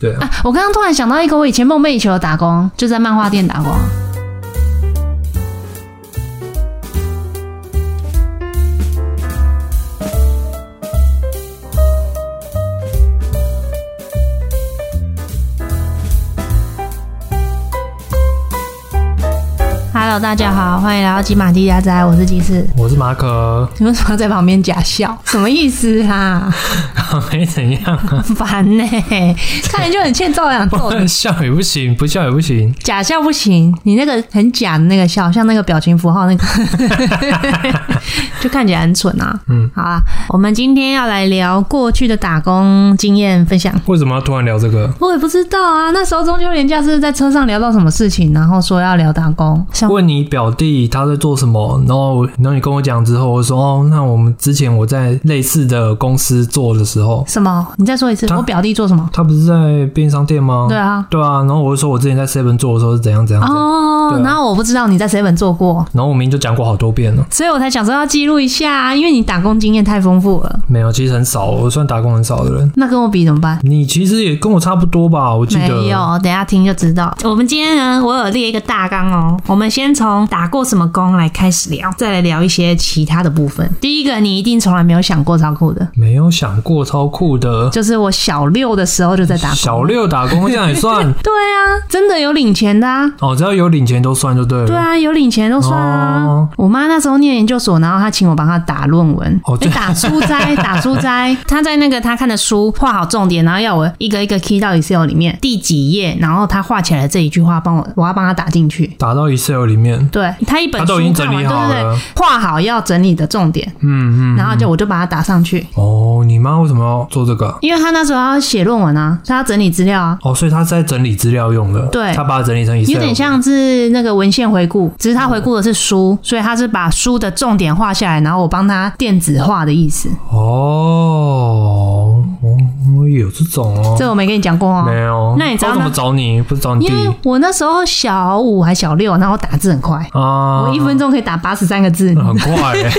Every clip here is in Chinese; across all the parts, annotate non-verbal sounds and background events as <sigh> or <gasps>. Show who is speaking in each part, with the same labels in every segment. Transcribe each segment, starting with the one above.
Speaker 1: 对啊，
Speaker 2: 我刚刚突然想到一个我以前梦寐以求的打工，就在漫画店打工。Hello，大家好，欢迎来到吉马蒂家宅，我是吉斯。
Speaker 1: 我是马可，
Speaker 2: 你为什么要在旁边假笑？什么意思啊？
Speaker 1: <laughs>
Speaker 2: <laughs>
Speaker 1: 没怎样啊，
Speaker 2: 很烦呢、看来就很欠照养
Speaker 1: 不
Speaker 2: 豆。
Speaker 1: 能笑也不行，不笑也不行。
Speaker 2: 假笑不行，你那个很假的那个笑，像那个表情符号
Speaker 1: <laughs>
Speaker 2: 那个，就看起来很蠢啊。嗯，好啊，我们今天要来聊过去的打工经验分享。
Speaker 1: 为什么要突然聊这个？
Speaker 2: 我也不知道啊，那时候中秋连假是不是在车上聊到什么事情，然后说要聊打工，像
Speaker 1: 问你表弟他在做什么，然后然后你跟我讲之后，我说哦，那我们之前我在类似的公司做的时候，
Speaker 2: 什么？你再说一次，
Speaker 1: 他
Speaker 2: 我表弟做什么？
Speaker 1: 他不是在便利商店吗？
Speaker 2: 对啊，
Speaker 1: 对啊，然后我就说我之前在 Seven 做的时候是怎样怎样怎样，
Speaker 2: 哦
Speaker 1: 对，啊
Speaker 2: 然后我不知道你在 seven 做过，
Speaker 1: 然后我明明就讲过好多遍了。
Speaker 2: 所以我才想说要记录一下啊，因为你打工经验太丰富了。
Speaker 1: 没有，其实很少，我算打工很少的人。
Speaker 2: 那跟我比怎么办？
Speaker 1: 你其实也跟我差不多吧？我记得
Speaker 2: 没有，等一下听就知道。
Speaker 3: 我们今天呢，我有列一个大纲哦。我们先从打过什么工来开始聊，
Speaker 2: 再来聊一些其他的部分。第一个，你一定从来没有想过超酷的，
Speaker 1: 没有想过超酷的。
Speaker 2: 就是我小六的时候就在打工。
Speaker 1: 小六打工这样也算
Speaker 2: 对啊，真的有领钱的啊。
Speaker 1: 哦，只要有领钱都算就对了。
Speaker 2: 对啊，有领钱都算啊。
Speaker 1: 哦
Speaker 2: 我妈那时候念研究所，然后她请我帮她打论文，
Speaker 1: 哦对
Speaker 2: 诶打书 <laughs> 斋，打书斋。她在那个她看的书画好重点，然后要我一个一个 key 到 Excel 里面第几页，然后她画起来的这一句话，帮我我要帮她打进去。
Speaker 1: 打到 Excel 里面，
Speaker 2: 对她一本
Speaker 1: 他
Speaker 2: 书
Speaker 1: 都已经
Speaker 2: 看
Speaker 1: 整
Speaker 2: 完，
Speaker 1: 理
Speaker 2: 对
Speaker 1: 好
Speaker 2: 对
Speaker 1: 了
Speaker 2: 对，。画好要整理的重点，
Speaker 1: 嗯嗯。
Speaker 2: 然后就我就把它打上去。
Speaker 1: 哦，你妈为什么要做这个？
Speaker 2: 因为他那时候要写论文啊，他要整理资料啊，
Speaker 1: 哦，所以她是在整理资料用的。
Speaker 2: 对
Speaker 1: 她把它整理成 Excel。
Speaker 2: 有点像是那个文献回顾，只是他回顾的是书，
Speaker 1: 嗯
Speaker 2: 所以他是把书的重点画下来，然后我帮他电子化的意思。
Speaker 1: 哦，哦，有这种哦。
Speaker 2: 这我没跟你讲过哦
Speaker 1: 没。有。
Speaker 2: 那你知道
Speaker 1: 她怎么
Speaker 2: 她
Speaker 1: 找你？不是找你
Speaker 2: 因为
Speaker 1: 弟
Speaker 2: 我那时候小五还小六，然后打字很快，
Speaker 1: 啊？
Speaker 2: 我一分钟可以打八十三个字。
Speaker 1: 很
Speaker 2: <laughs>
Speaker 1: 快、欸，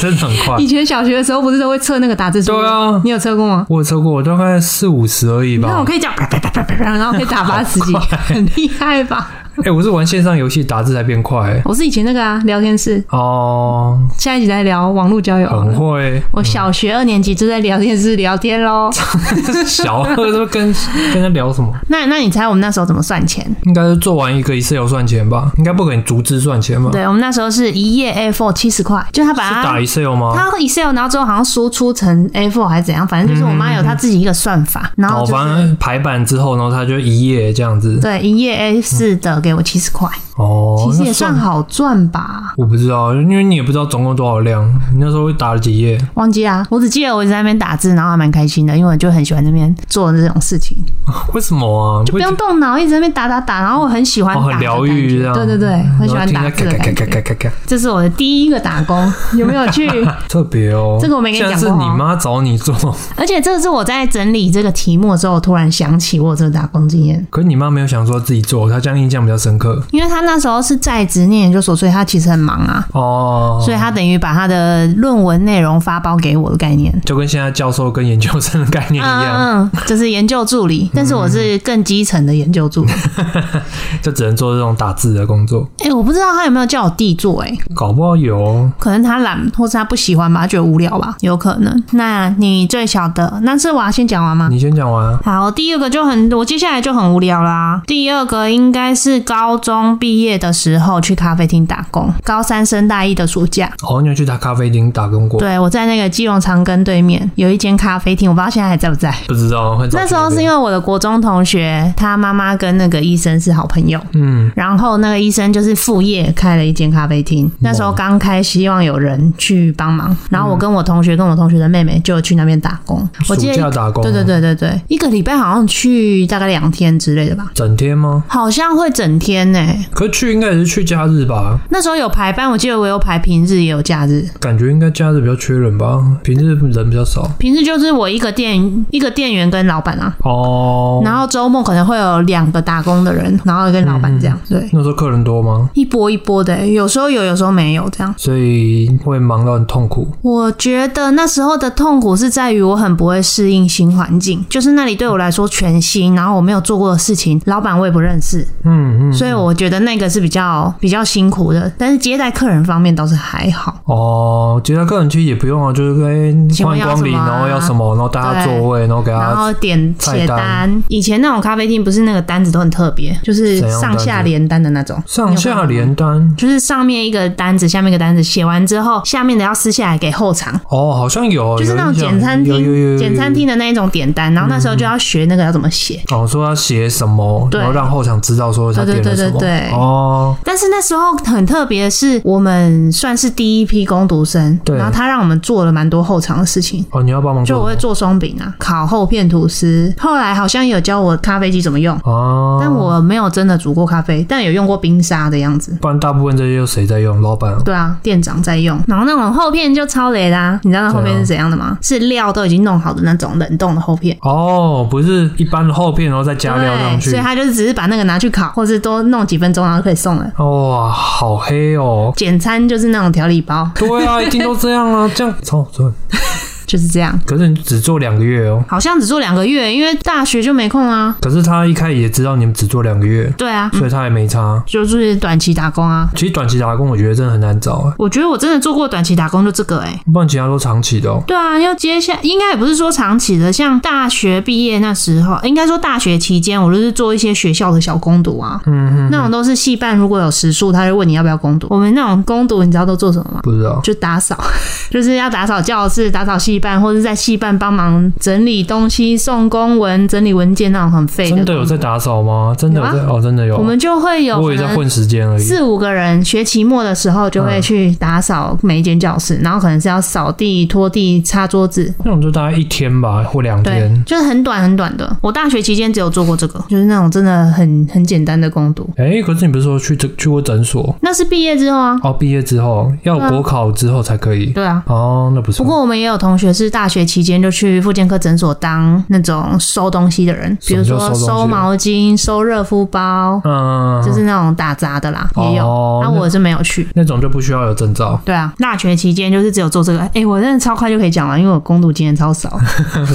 Speaker 1: 真的很快
Speaker 2: 以。前小学的时候不是都会测那个打字速度？
Speaker 1: 对啊
Speaker 2: 你有测过吗？
Speaker 1: 我有测过，我大概四五十而已
Speaker 2: 那
Speaker 1: 吧
Speaker 2: 我。可以讲啪啪啪啪啪啪，然后可以打八
Speaker 1: <laughs>
Speaker 2: 十几，很厉害吧？
Speaker 1: 哎、我是玩线上游戏打字才变快、欸。
Speaker 2: 我是以前那个啊，聊天室，
Speaker 1: 哦，
Speaker 2: 下一集来聊网络交友好了。
Speaker 1: 很会。 <laughs>
Speaker 2: 我小学二年级就在聊天室聊天喽。
Speaker 1: 小二都跟跟他聊什么？
Speaker 2: 那那你猜我们那时候怎么算钱？
Speaker 1: 应该是做完一个 Excel 算钱吧？应该不可能逐字算钱吧？
Speaker 2: 对我们那时候是一页 A4 七十块，就他把
Speaker 1: 嗯是打
Speaker 2: 它
Speaker 1: Excel 吗？
Speaker 2: 他 Excel，然后之后好像输出成 A4 还是怎样，反正就是我妈有她自己一个算法，然后
Speaker 1: 哦，
Speaker 2: 就
Speaker 1: 反
Speaker 2: 是。
Speaker 1: 正排版之后，然后他就一页这样子。
Speaker 2: 对，一页 A 4的给我七十块，
Speaker 1: 哦，
Speaker 2: 其实也
Speaker 1: 那
Speaker 2: 算好赚吧，
Speaker 1: 我不知道，因为你也不知道总共多少量。你那时候打了几页？
Speaker 2: 忘记啊，我只记得我一直在那边打字，然后还蛮开心的，因为我就很喜欢那边做这种事情，
Speaker 1: 为什么啊？
Speaker 2: 就不用动脑，一直在那边打打打，然后我很喜欢
Speaker 1: 哦，
Speaker 2: 打的
Speaker 1: 很
Speaker 2: 感觉，
Speaker 1: 疗愈这样。嗯
Speaker 2: 对对对，很喜欢
Speaker 1: 然
Speaker 2: 打
Speaker 1: 后
Speaker 2: 字
Speaker 1: 听
Speaker 2: 的
Speaker 1: 它
Speaker 2: 感
Speaker 1: 咔咔
Speaker 2: 觉。
Speaker 1: 咔咔咔咔，
Speaker 2: 这是我的第一个打工，有没有
Speaker 1: <laughs>
Speaker 2: 去？
Speaker 1: 特别哦。
Speaker 2: 这个我没跟你
Speaker 1: 现在
Speaker 2: 讲
Speaker 1: 是
Speaker 2: 过哦
Speaker 1: 你妈找你做，
Speaker 2: 而且这是我在整理这个题目的时候，我突然想起我有这个打工经验，
Speaker 1: 可是你妈没有想说自己做，她这样印象比较深刻。
Speaker 2: 因为他那时候是在职念研究所，所以他其实很忙啊，
Speaker 1: 哦，
Speaker 2: 所以他等于把他的论文内容发包给我的概念。
Speaker 1: 就跟现在教授跟研究生的概念一样，
Speaker 2: 嗯嗯，嗯就是研究助理，但是我是更基层的研究助
Speaker 1: <laughs>
Speaker 2: 理。嗯
Speaker 1: 就只能做这种打字的工作。
Speaker 2: 哎、我不知道他有没有叫我弟做、哎，
Speaker 1: 搞不好有哦
Speaker 2: 可能他懒，或是他不喜欢吧，他觉得无聊吧，有可能。那你最小的，那是我要先讲完吗？
Speaker 1: 你先讲完啊。
Speaker 3: 好，第二个就很，我接下来就很无聊啦。
Speaker 2: 第二个应该是高中毕业的时候去咖啡厅打工，高三升大一的暑假。
Speaker 1: 哦，你有去他咖啡厅打工过？
Speaker 2: 对，我在那个基隆长庚对面有一间咖啡厅，我不知道现在还在不在。
Speaker 1: 不知道，很早
Speaker 2: 那时候是因为我的国中同学，他妈妈跟那个医生是好朋友，
Speaker 1: 嗯，
Speaker 2: 然后那个医生就是副业开了一间咖啡厅，那时候刚开，希望有人去帮忙，然后我跟我同学跟我同学的妹妹就去那边打工。我
Speaker 1: 嗯暑
Speaker 2: 记
Speaker 1: 假
Speaker 2: 得，
Speaker 1: 打工，啊
Speaker 2: 对对，对对对，一个礼拜好像去大概两天之类的吧，
Speaker 1: 整天吗？
Speaker 2: 好像会整天呢、
Speaker 1: 可可去应该也是去假日吧，
Speaker 2: 那时候有排班，我记得我有排平日也有假日。
Speaker 1: 感觉应该假日比较缺人吧，平日人比较少。
Speaker 2: 平日就是我一个店一个店员跟老板啊，
Speaker 1: 哦，
Speaker 2: 然后周末可能会有两个打工的人，然后跟老
Speaker 1: 嗯
Speaker 2: 板这样，对，
Speaker 1: 那时候客人多吗？
Speaker 2: 一波一波的、欸有时候有，有时候没有这样。
Speaker 1: 所以会忙到很痛苦。
Speaker 2: 我觉得那时候的痛苦是在于我很不会适应新环境，就是那里对我来说全新，然后我没有做过的事情，老板我也不认识，
Speaker 1: 嗯嗯，
Speaker 2: 所以我觉得那个是比较比较辛苦的。但是接待客人方面倒是还好，
Speaker 1: 哦，其他客人其实也不用啊，就是哎
Speaker 2: 请
Speaker 1: 欢
Speaker 2: 问
Speaker 1: 迎
Speaker 2: 要
Speaker 1: 光临，
Speaker 2: 什么啊
Speaker 1: 然后要什么，然后大家
Speaker 2: 对
Speaker 1: 座位，然后给
Speaker 2: 然
Speaker 1: 他
Speaker 2: 后点写
Speaker 1: 菜单
Speaker 2: 单。以前那种咖啡厅不是那个单子都很特别，就是
Speaker 1: 怎样单
Speaker 2: 上
Speaker 1: 子
Speaker 2: 下连单的那种，
Speaker 1: 上
Speaker 2: 你有看过
Speaker 1: 下
Speaker 2: 吗
Speaker 1: 连单。
Speaker 2: 就是上面一个单子，下面一个单子，写完之后，下面的要撕下来给后场，
Speaker 1: 哦，好像有，
Speaker 2: 就是那
Speaker 1: 有
Speaker 2: 种
Speaker 1: 印象
Speaker 2: 简餐
Speaker 1: 有有有有
Speaker 2: 厅、简餐厅的那一种点单。然后那时候就要学那个要怎么写。
Speaker 1: 哦，说要写什么，
Speaker 2: 对
Speaker 1: 然后让后场知道说他点了什么。
Speaker 2: 对对对对对
Speaker 1: 哦，
Speaker 2: 但是那时候很特别的是，我们算是第一批攻读生，
Speaker 1: 对
Speaker 2: 然后他让我们做了蛮多后场的事情。
Speaker 1: 哦，你要帮忙
Speaker 2: 就
Speaker 1: 做
Speaker 2: 我会
Speaker 1: 吗。
Speaker 2: 做松饼啊，烤厚片吐司。后来好像有教我咖啡机怎么用，
Speaker 1: 哦，
Speaker 2: 但我没有真的煮过咖啡，但有用过冰沙的样子。
Speaker 1: 不然大部分这些又谁在用？老板啊。
Speaker 2: 对啊，店长在用，然后那种厚片就超雷啦、你知道那厚片是怎样的吗？是料都已经弄好的那种冷冻的厚片。
Speaker 1: 哦，不是一般的厚片，然后再加料上
Speaker 2: 对，
Speaker 1: 去
Speaker 2: 所以。他就是只是把那个拿去烤，或是多弄几分钟，然后就可以送了。！
Speaker 1: 哇，好黑哦
Speaker 2: 简餐就是那种调理包，
Speaker 1: 对啊，一定都这样啊， <laughs> 这样超赚。
Speaker 2: 就是这样。
Speaker 1: 可是你只做两个月哦。
Speaker 2: 好像只做两个月，因为大学就没空啊。
Speaker 1: 可是他一开始也知道你们只做两个月，
Speaker 2: 对啊，
Speaker 1: 所以他也没差。
Speaker 2: 就是短期打工啊。
Speaker 1: 其实短期打工我觉得真的很难找、啊，
Speaker 2: 我觉得我真的做过短期打工，就这个哎、
Speaker 1: 不然其他都长期的、哦。
Speaker 2: 对啊，要接下应该也不是说长期的，像大学毕业那时候，应该说大学期间，我就是做一些学校的小攻读啊，
Speaker 1: 嗯哼，
Speaker 2: 那种都是系办如果有时数，他就问你要不要攻读。我们那种攻读，你知道都做什么吗？
Speaker 1: 不知道。
Speaker 2: 就打扫， <laughs> 就是要打扫教室、打扫戏办，或者在戏办帮忙整理东西、送公文、整理文件那种很废
Speaker 1: 真
Speaker 2: 的
Speaker 1: 的有
Speaker 2: 工
Speaker 1: 在
Speaker 2: 作。
Speaker 1: 打扫吗？真的有在、哦，真的有。
Speaker 2: 啊我们就会有
Speaker 1: 我也
Speaker 2: 可
Speaker 1: 在
Speaker 2: 能
Speaker 1: 混时间而已。
Speaker 2: 四五个人，学期末的时候就
Speaker 1: 嗯
Speaker 2: 会去打扫每一间教室，然后可能是要扫地、拖地、擦桌子。
Speaker 1: 那种就大概一天吧，或两
Speaker 2: 对
Speaker 1: 天，。
Speaker 2: 就是很短很短的。我大学期间只有做过这个，就是那种真的很很简单的攻读。
Speaker 1: 哎、可是你不是说去这去过诊所？
Speaker 2: 那是毕业之后啊，
Speaker 1: 哦，毕业之后要
Speaker 2: 对啊
Speaker 1: 国考之后才可以。
Speaker 2: 对啊，
Speaker 1: 哦，那不是。
Speaker 2: 不过我们也有同学是大学期间就去妇健科诊所当那种收东西的人，比
Speaker 1: 什
Speaker 2: 如
Speaker 1: 么叫
Speaker 2: 说
Speaker 1: 收东西啊
Speaker 2: 收毛巾、收热敷包，
Speaker 1: 嗯，
Speaker 2: 就是那种打杂的啦，也有。
Speaker 1: 哦
Speaker 2: 那、我是没有去。。
Speaker 1: 那种就不需要有证照
Speaker 2: <laughs> 对啊，大学期间就是只有做这个。哎、我真的超快就可以讲完，因为我攻读经验超少，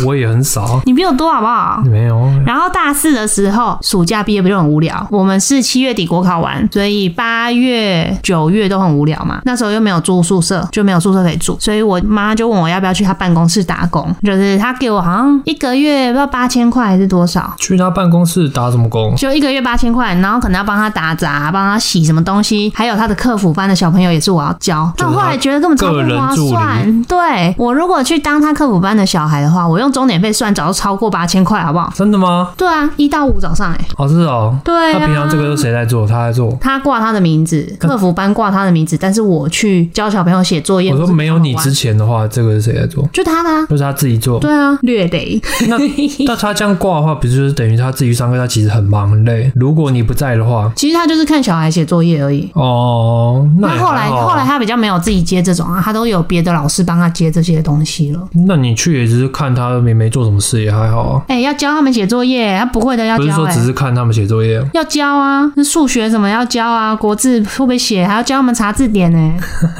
Speaker 1: 我也很少，
Speaker 2: 你比我多好不好？
Speaker 1: 没有。
Speaker 2: 然后大四的时候，暑假毕业不就很无聊？我们是七月底国考完，所以八月、九月都很无聊嘛。那时候又没有住宿舍，就没有宿舍可以住，所以我妈就问我要不要去她办公室打工，就是她给我好像一个月不知道八千块还是多少。
Speaker 1: 去他办公室打什么工？
Speaker 2: 就一个月八千块，然后可能要帮她打杂，帮她洗什么东西，还有她的客服班的小朋友也是我要教。
Speaker 1: 就
Speaker 2: 但
Speaker 1: 是她
Speaker 2: 我后来觉得根本超不划
Speaker 1: 个
Speaker 2: 算。对我如果去当她客服班的小孩的话，我用钟点费算，早就超过八千块，好不好？
Speaker 1: 真的吗？
Speaker 2: 对啊，一到五早上哎、
Speaker 1: 哦，是哦。
Speaker 2: 对、啊，
Speaker 1: 他平常这个是谁在做？他在做。
Speaker 2: 他挂他的名字，客服班挂他的名字，但是我去教小朋友写作业，
Speaker 1: 我说没有你之
Speaker 2: 之，
Speaker 1: 前的话，这个是谁在做？
Speaker 2: 就他的、啊，
Speaker 1: 就是他自己做。
Speaker 2: 对啊，略雷，
Speaker 1: 那那他这样挂的话，不就是等于他自己上课？他其实很忙很累。如果你不在的话，
Speaker 2: 其实他就是看小孩写作业而已。
Speaker 1: 哦，那
Speaker 2: 那
Speaker 1: 也
Speaker 2: 后来
Speaker 1: 还好
Speaker 2: 后来他比较没有自己接这种啊，他都有别的老师帮他接这些东西了。
Speaker 1: 那你去也只是看他也没做什么事，也还好啊。
Speaker 2: 哎、要教他们写作业，他不会的要
Speaker 1: 不是
Speaker 2: 教、
Speaker 1: 说
Speaker 2: 哎
Speaker 1: 只是看他们写作业，
Speaker 2: 要教啊，那数学什么要教啊，国字会不会写，还要教他们查字典呢、
Speaker 1: <laughs>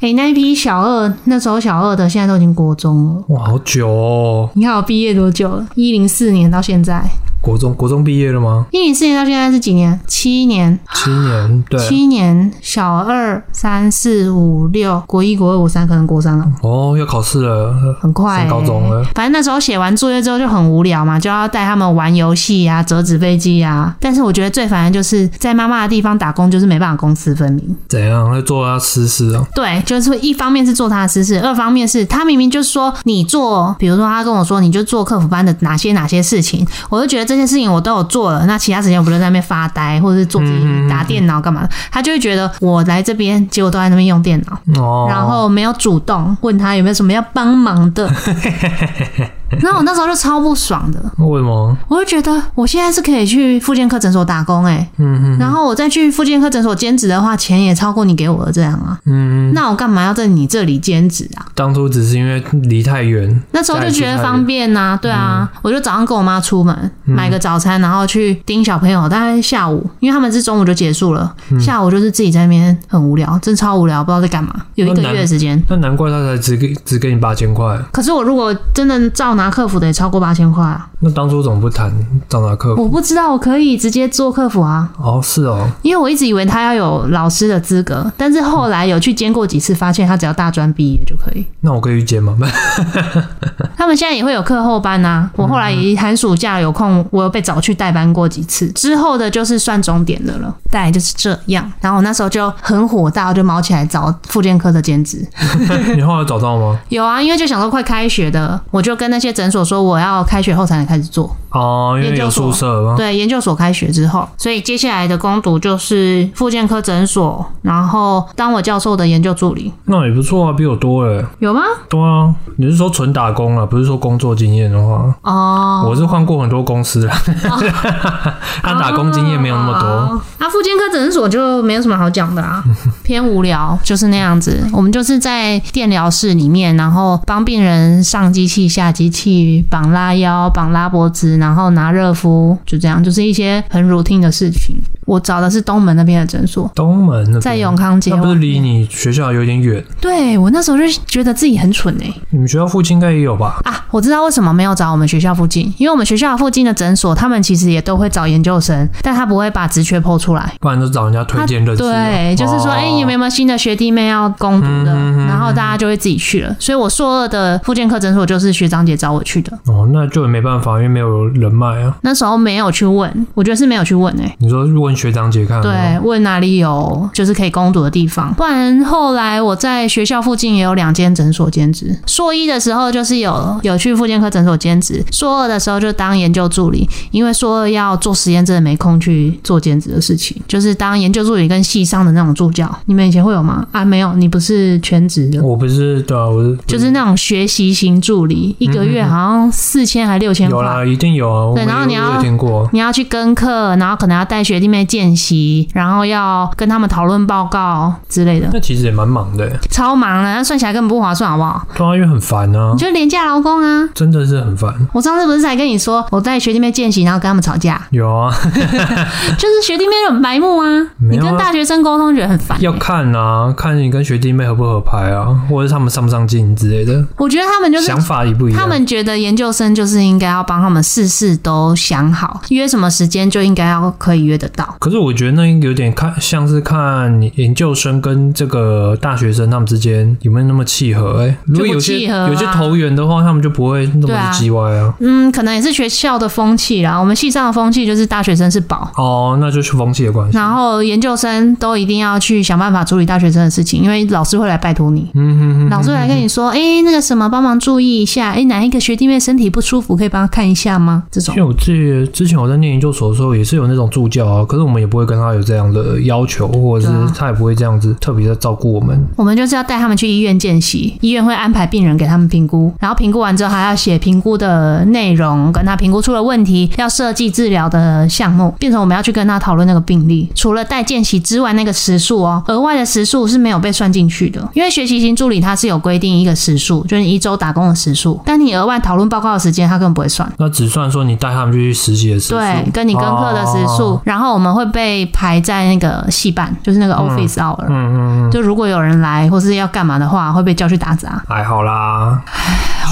Speaker 2: 哎、那一批小二，那时候小二的现在都已经国中了。
Speaker 1: 哇，好久哦！
Speaker 2: 你看我毕业多久了？一零四年到现在，
Speaker 1: 国中国中毕业了吗？
Speaker 2: 一零四年到现在是几年？七年，
Speaker 1: 七年，对，
Speaker 2: 啊七年，小二、三四五六，国一、国二、国三，可能国三了，
Speaker 1: 哦，要考试了，
Speaker 2: 很快、
Speaker 1: 上
Speaker 2: 欸。
Speaker 1: 高中了。
Speaker 2: 反正那时候写完作业之后就很无聊嘛，就要带他们玩游戏呀、折纸飞机呀。但是我觉得最烦的就是在妈妈的地方打工，就是没办法公私分明。
Speaker 1: 怎样？会做他私事啊？
Speaker 2: 对，就是一方面是做他的私事，二方面是他明明就说你做，比如说他跟我说你就做客服班的哪些哪些事情，我就觉得这些事情我都有做了，那其他时间我不就在那边发呆，或者是做自己打电脑干嘛的？他就会觉得我来这边，结果都在那边用电脑，
Speaker 1: 哦，
Speaker 2: 然后没有主动问他有没有什么要帮忙的。 <laughs> 然后我那时候就超不爽的，
Speaker 1: 哦为什么？
Speaker 2: 我就觉得我现在是可以去复健科诊所打工哎、欸
Speaker 1: 嗯
Speaker 2: 然后我再去复健科诊所兼职的话，钱也超过你给我的这样啊，
Speaker 1: 嗯，
Speaker 2: 那我干嘛要在你这里兼职啊？
Speaker 1: 当初只是因为离太远，
Speaker 2: 那时候就觉得方便呐、对啊，
Speaker 1: 嗯
Speaker 2: 我就早上跟我妈出门买个早餐，然后去盯小朋友，大概下午，因为他们是中午就结束了，
Speaker 1: 嗯
Speaker 2: 下午就是自己在那边很无聊，真超无聊，不知道在干嘛，有一个
Speaker 1: 那难
Speaker 2: 月的时间。
Speaker 1: 那难怪他才只给只给你八千块。
Speaker 2: 可是我如果真的照拿客服的，也超过八千块啊！
Speaker 1: 那当初怎么不谈长达客服？
Speaker 2: 我不知道我可以直接做客服啊，
Speaker 1: 哦，是哦，
Speaker 2: 因为我一直以为他要有老师的资格，但是后来有去兼过几次，发现他只要大专毕业就可以。
Speaker 1: 那我可以去接吗？ <laughs>
Speaker 2: 他们现在也会有课后班呐、我后来寒暑假有空，啊我有被找去代班过几次。之后的就是算终点的了，大概就是这样。然后我那时候就很火大，我就毛起来找复健科的兼职。
Speaker 1: 你后来找到吗？
Speaker 2: 有啊，因为就想说快开学的，我就跟那些诊所说我要开学后才能开始做。
Speaker 1: 哦，因为有宿舍吗？
Speaker 2: 对，研究所开学之后，所以接下来的攻读就是复健科诊所，然后当我教授的研究助理，
Speaker 1: 那也不错啊，比我多了。
Speaker 2: 有吗？
Speaker 1: 对啊，你是说纯打工啊，不是说工作经验的话？
Speaker 2: 哦，
Speaker 1: 我是换过很多公司啦， <laughs> 他打工经验没有那么多。
Speaker 2: 哦。啊，妇健科诊所就没有什么好讲的啊，偏无聊，就是那样子。我们就是在电疗室里面，然后帮病人上机器、下机器，绑拉腰、绑拉脖子，然后拿热敷，就这样，就是一些很 routine 的事情。我找的是东门那边的诊所。
Speaker 1: 东门那边
Speaker 2: 在永康街
Speaker 1: 那不是
Speaker 2: 外
Speaker 1: 离你学校有点远？
Speaker 2: 对我那时候就觉得自己很蠢哎、
Speaker 1: 你们学校附近应该也有吧？
Speaker 2: 啊！我知道为什么没有找我们学校附近，因为我们学校附近的诊所，他们其实也都会找研究生，但他不会把职缺剖出来。
Speaker 1: 不然就找人家推荐认识的。
Speaker 2: 对，就是说，
Speaker 1: 哦
Speaker 2: 哎、有没有新的学弟妹要攻读的？
Speaker 1: 嗯嗯嗯
Speaker 2: 然后大家就会自己去了。所以我硕二的复健科诊所就是学长姐找我去的。
Speaker 1: 哦，那就没办法，因为没有人脉啊。
Speaker 2: 那时候没有去问，我觉得是没有去问哎、
Speaker 1: 你说问学长姐看有没有，
Speaker 2: 对，嗯问哪里有就是可以攻读的地方。不然后来我在学校附近也有两间诊所兼职。硕一的时候就是有有去妇健科诊所兼职，硕二的时候就当研究助理，因为硕二要做实验，真的没空去做兼职的事情，就是当研究助理跟系上的那种助教。你们以前会有吗？啊，没有，你不是全职的。
Speaker 1: 我不是对啊，我是
Speaker 2: 就是那种学习型助理，一个月好像四千还六千
Speaker 1: 有
Speaker 2: 块，
Speaker 1: 啦，一定有啊。我
Speaker 2: 对然后
Speaker 1: 有
Speaker 2: 你要
Speaker 1: 我有听过，
Speaker 2: 你要去跟课，然后可能要带学弟妹见习，然后要跟他们讨论报告之类的，
Speaker 1: 那其实也蛮忙的欸，
Speaker 2: 超忙的，那算起来根本不划算，好不好？
Speaker 1: 对啊，因为很烦啊
Speaker 2: 你，就廉价劳工啊！
Speaker 1: 真的是很烦。
Speaker 2: 我上次不是才跟你说，我带学弟妹见习，然后跟他们吵架，
Speaker 1: 有啊，
Speaker 2: 就是学弟妹很白目啊！
Speaker 1: 没
Speaker 2: 你
Speaker 1: 有啊
Speaker 2: 跟大学生沟通觉得很烦、
Speaker 1: 要看啊，看你跟学弟妹合不合拍啊，或者是他们上不上进之类的，
Speaker 2: 我觉得他们就是
Speaker 1: 想法也不一样。
Speaker 2: 他们觉得研究生就是应该要帮他们事事都想好，约什么时间就应该要可以约得到。
Speaker 1: 可是我觉得那有点看，像是看你研究生跟这个大学生他们之间有没有那么契合、欸。哎，如果有些
Speaker 2: 契合啊
Speaker 1: 有些投缘的话，他们就不会那么
Speaker 2: 对
Speaker 1: 的
Speaker 2: 啊
Speaker 1: 叽歪啊。
Speaker 2: 嗯，可能也是学校的风气啦。我们系上的风气就是大学生是宝，
Speaker 1: 哦，那就是风气的关系。
Speaker 2: 然后研究生都一定要去想办法处理大学生的事情，因为老师会来拜托你。
Speaker 1: 嗯哼哼，
Speaker 2: 老师会来跟你说，哎、那个什么，帮忙注意一下，哎、哪一个学弟妹身体不舒服，可以帮他看一下吗？这种
Speaker 1: 因为我之前之前我在念研究所的时候也是有那种助教啊，可是我们也不会跟他有这样的要求，或者
Speaker 2: 对
Speaker 1: 是
Speaker 2: 啊
Speaker 1: 他也不会这样子特别的照顾我们。
Speaker 2: 我们就是要带他们去医院见习，医院会安排病人给他们评估，然后评估完之后还要写评估的内容，跟他评估出了问题，要设计治疗的项目，变成我们要去跟他讨论那个病例。除了带见习之外，那个时数哦，额外的时数是没有被算进去的，因为学习型助理他是有规定一个时数，就是你一周打工的时数，但你额外讨论报告的时间他根本不会算。
Speaker 1: 那只算说你带他们去实习的时数，
Speaker 2: 对，跟你跟课的时数，
Speaker 1: 哦
Speaker 2: 然后我们会被排在那个戏班，就是那个 office hour、
Speaker 1: 嗯嗯嗯，
Speaker 2: 就如果有人来或是要干嘛的话，会被叫去打杂。
Speaker 1: 还好啦，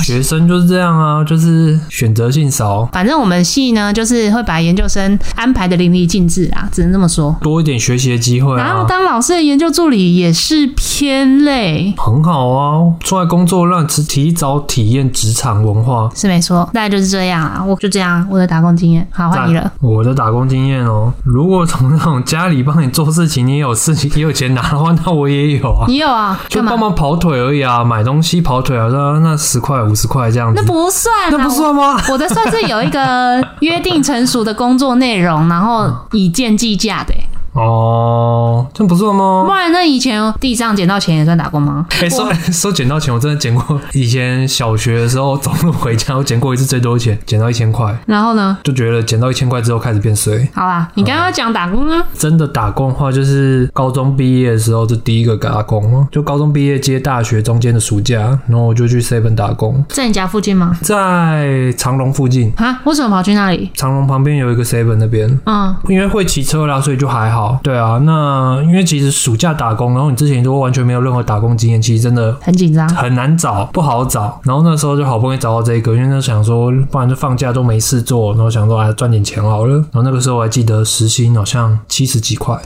Speaker 1: 学生就是这样啊，就是选择性少。
Speaker 2: 反正我们系呢，就是会把研究生安排的淋漓尽致啊，只能这么说。
Speaker 1: 多一点学习的机会
Speaker 2: 然后
Speaker 1: 啊，
Speaker 2: 当老师的研究助理也是偏累，
Speaker 1: 很好啊。出来工作让提提早体验职场文化。
Speaker 2: 是没错。大概就是这样啊，我就这样，我的打工经验。好，换你了。
Speaker 1: 我的打工经验哦，如果从那种家里帮你做事情，你也有事情 <laughs> 也有钱拿的话，那我也有啊。
Speaker 2: 你有啊？
Speaker 1: 就
Speaker 2: 干
Speaker 1: 帮
Speaker 2: 嘛？
Speaker 1: 忙跑腿而已啊，买东西跑腿啊，那那十块块、五十块这样子
Speaker 2: 那，不算，啊
Speaker 1: 那不。算吗？
Speaker 2: 我的算是有一个约定成熟的工作内容，然后以件计价的欸、
Speaker 1: 哦，这样不算吗
Speaker 2: 不？然那以前地上捡到钱也算打工吗？
Speaker 1: <laughs> 哎、说说捡到钱，我真的捡过。以前小学的时候走路回家，我捡过一次最多钱，捡到一千块，
Speaker 2: 然后呢？
Speaker 1: 就觉得捡到一千块之后开始变衰。
Speaker 2: 好啦，你刚刚要讲打工啊，
Speaker 1: 真的打工的话，就是高中毕业的时候，就第一个打工，哦就高中毕业接大学中间的暑假，然后我就去 seven 打工，
Speaker 2: 在你家附近吗？
Speaker 1: 在长隆附近，
Speaker 2: 啊，为什么跑去那里？
Speaker 1: 长隆旁边有一个 seven 那边，
Speaker 2: 嗯，
Speaker 1: 因为会骑车啦，所以就还好。对啊，那因为其实暑假打工，然后你之前都完全没有任何打工经验，其实真的
Speaker 2: 很紧张。
Speaker 1: 很难找，不好找。然后那时候就好不容易找到这个，因为那时候想说，不然就放假都没事做，然后想说哎赚点钱好了。然后那个时候我还记得时薪好像七十几块，